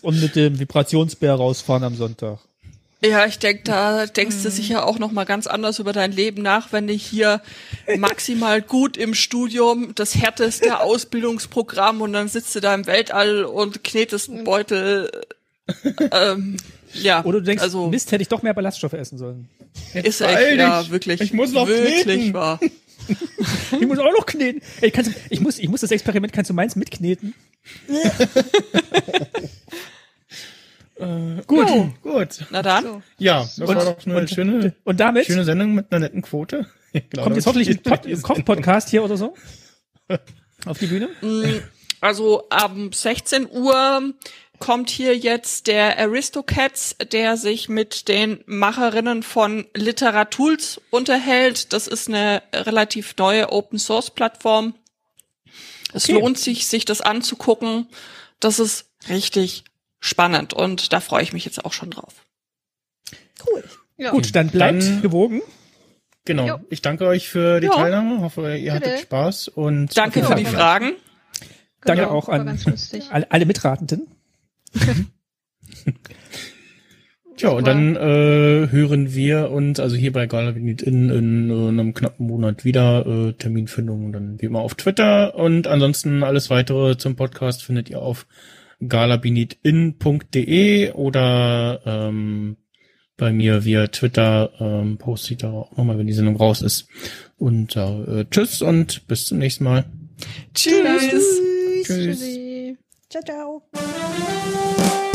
S4: Und mit dem Vibrationsbär rausfahren am Sonntag.
S5: Ja, ich denk, da denkst du sicher auch noch mal ganz anders über dein Leben nach, wenn du hier
S4: Äh,
S5: maximal gut im Studium das härteste Ausbildungsprogramm und dann sitzt du da im Weltall und knetest einen Beutel. Ähm, ja,
S4: Oder du denkst,
S5: also
S4: Mist, hätte ich doch mehr Ballaststoffe essen sollen.
S5: ist
S3: beeil
S5: echt, ja,
S3: dich.
S5: wirklich,
S3: Ich muss noch
S5: wirklich
S3: kneten.
S5: wahr.
S4: Ich muss auch noch kneten. Ey, kannst du, ich, muss, ich muss das Experiment, kannst du meins mitkneten?
S3: Gut, gut.
S5: Na dann.
S6: So.
S3: Ja, das war doch eine schöne,
S4: Und damit
S3: schöne Sendung mit einer netten Quote. Genau,
S4: kommt jetzt
S3: damit
S4: hoffentlich ein Pod-
S3: steht-
S4: Koch-Podcast hier oder so. Auf die Bühne.
S5: Mm, Also ab 16 Uhr kommt hier jetzt der Aristocats, der sich mit den Macherinnen von Literatools unterhält. Das ist eine relativ neue Open Source Plattform. Es
S4: Okay.
S5: lohnt sich, sich das anzugucken. Das ist richtig spannend und da freue ich mich jetzt auch schon drauf.
S2: Cool.
S6: Ja.
S4: Gut, dann bleibt
S3: Dann-
S4: gewogen.
S3: Genau.
S6: Jo.
S3: Ich danke euch für die
S5: Ja.
S3: Teilnahme. Hoffe, ihr
S6: Bitte.
S3: hattet Spaß und
S5: Danke
S4: jeden
S5: für die
S4: Fall.
S5: Fragen.
S6: Genau,
S4: Danke auch
S6: war
S4: an
S6: ganz lustig.
S4: alle, alle Mitratenden.
S3: Tja, und dann äh, hören wir uns, also hier bei Galabinit in, in, äh, einem knappen Monat wieder, äh, Terminfindung dann wie immer auf Twitter und ansonsten alles weitere zum Podcast findet ihr auf galabinitin.de oder ähm, bei mir via Twitter ähm, poste ich da auch nochmal, wenn die Sendung raus ist. Und äh, tschüss und bis zum nächsten Mal.
S5: Tschüss.
S2: Tschüss.
S3: Tschüss.
S6: Tschüssi.
S2: Ciao, ciao.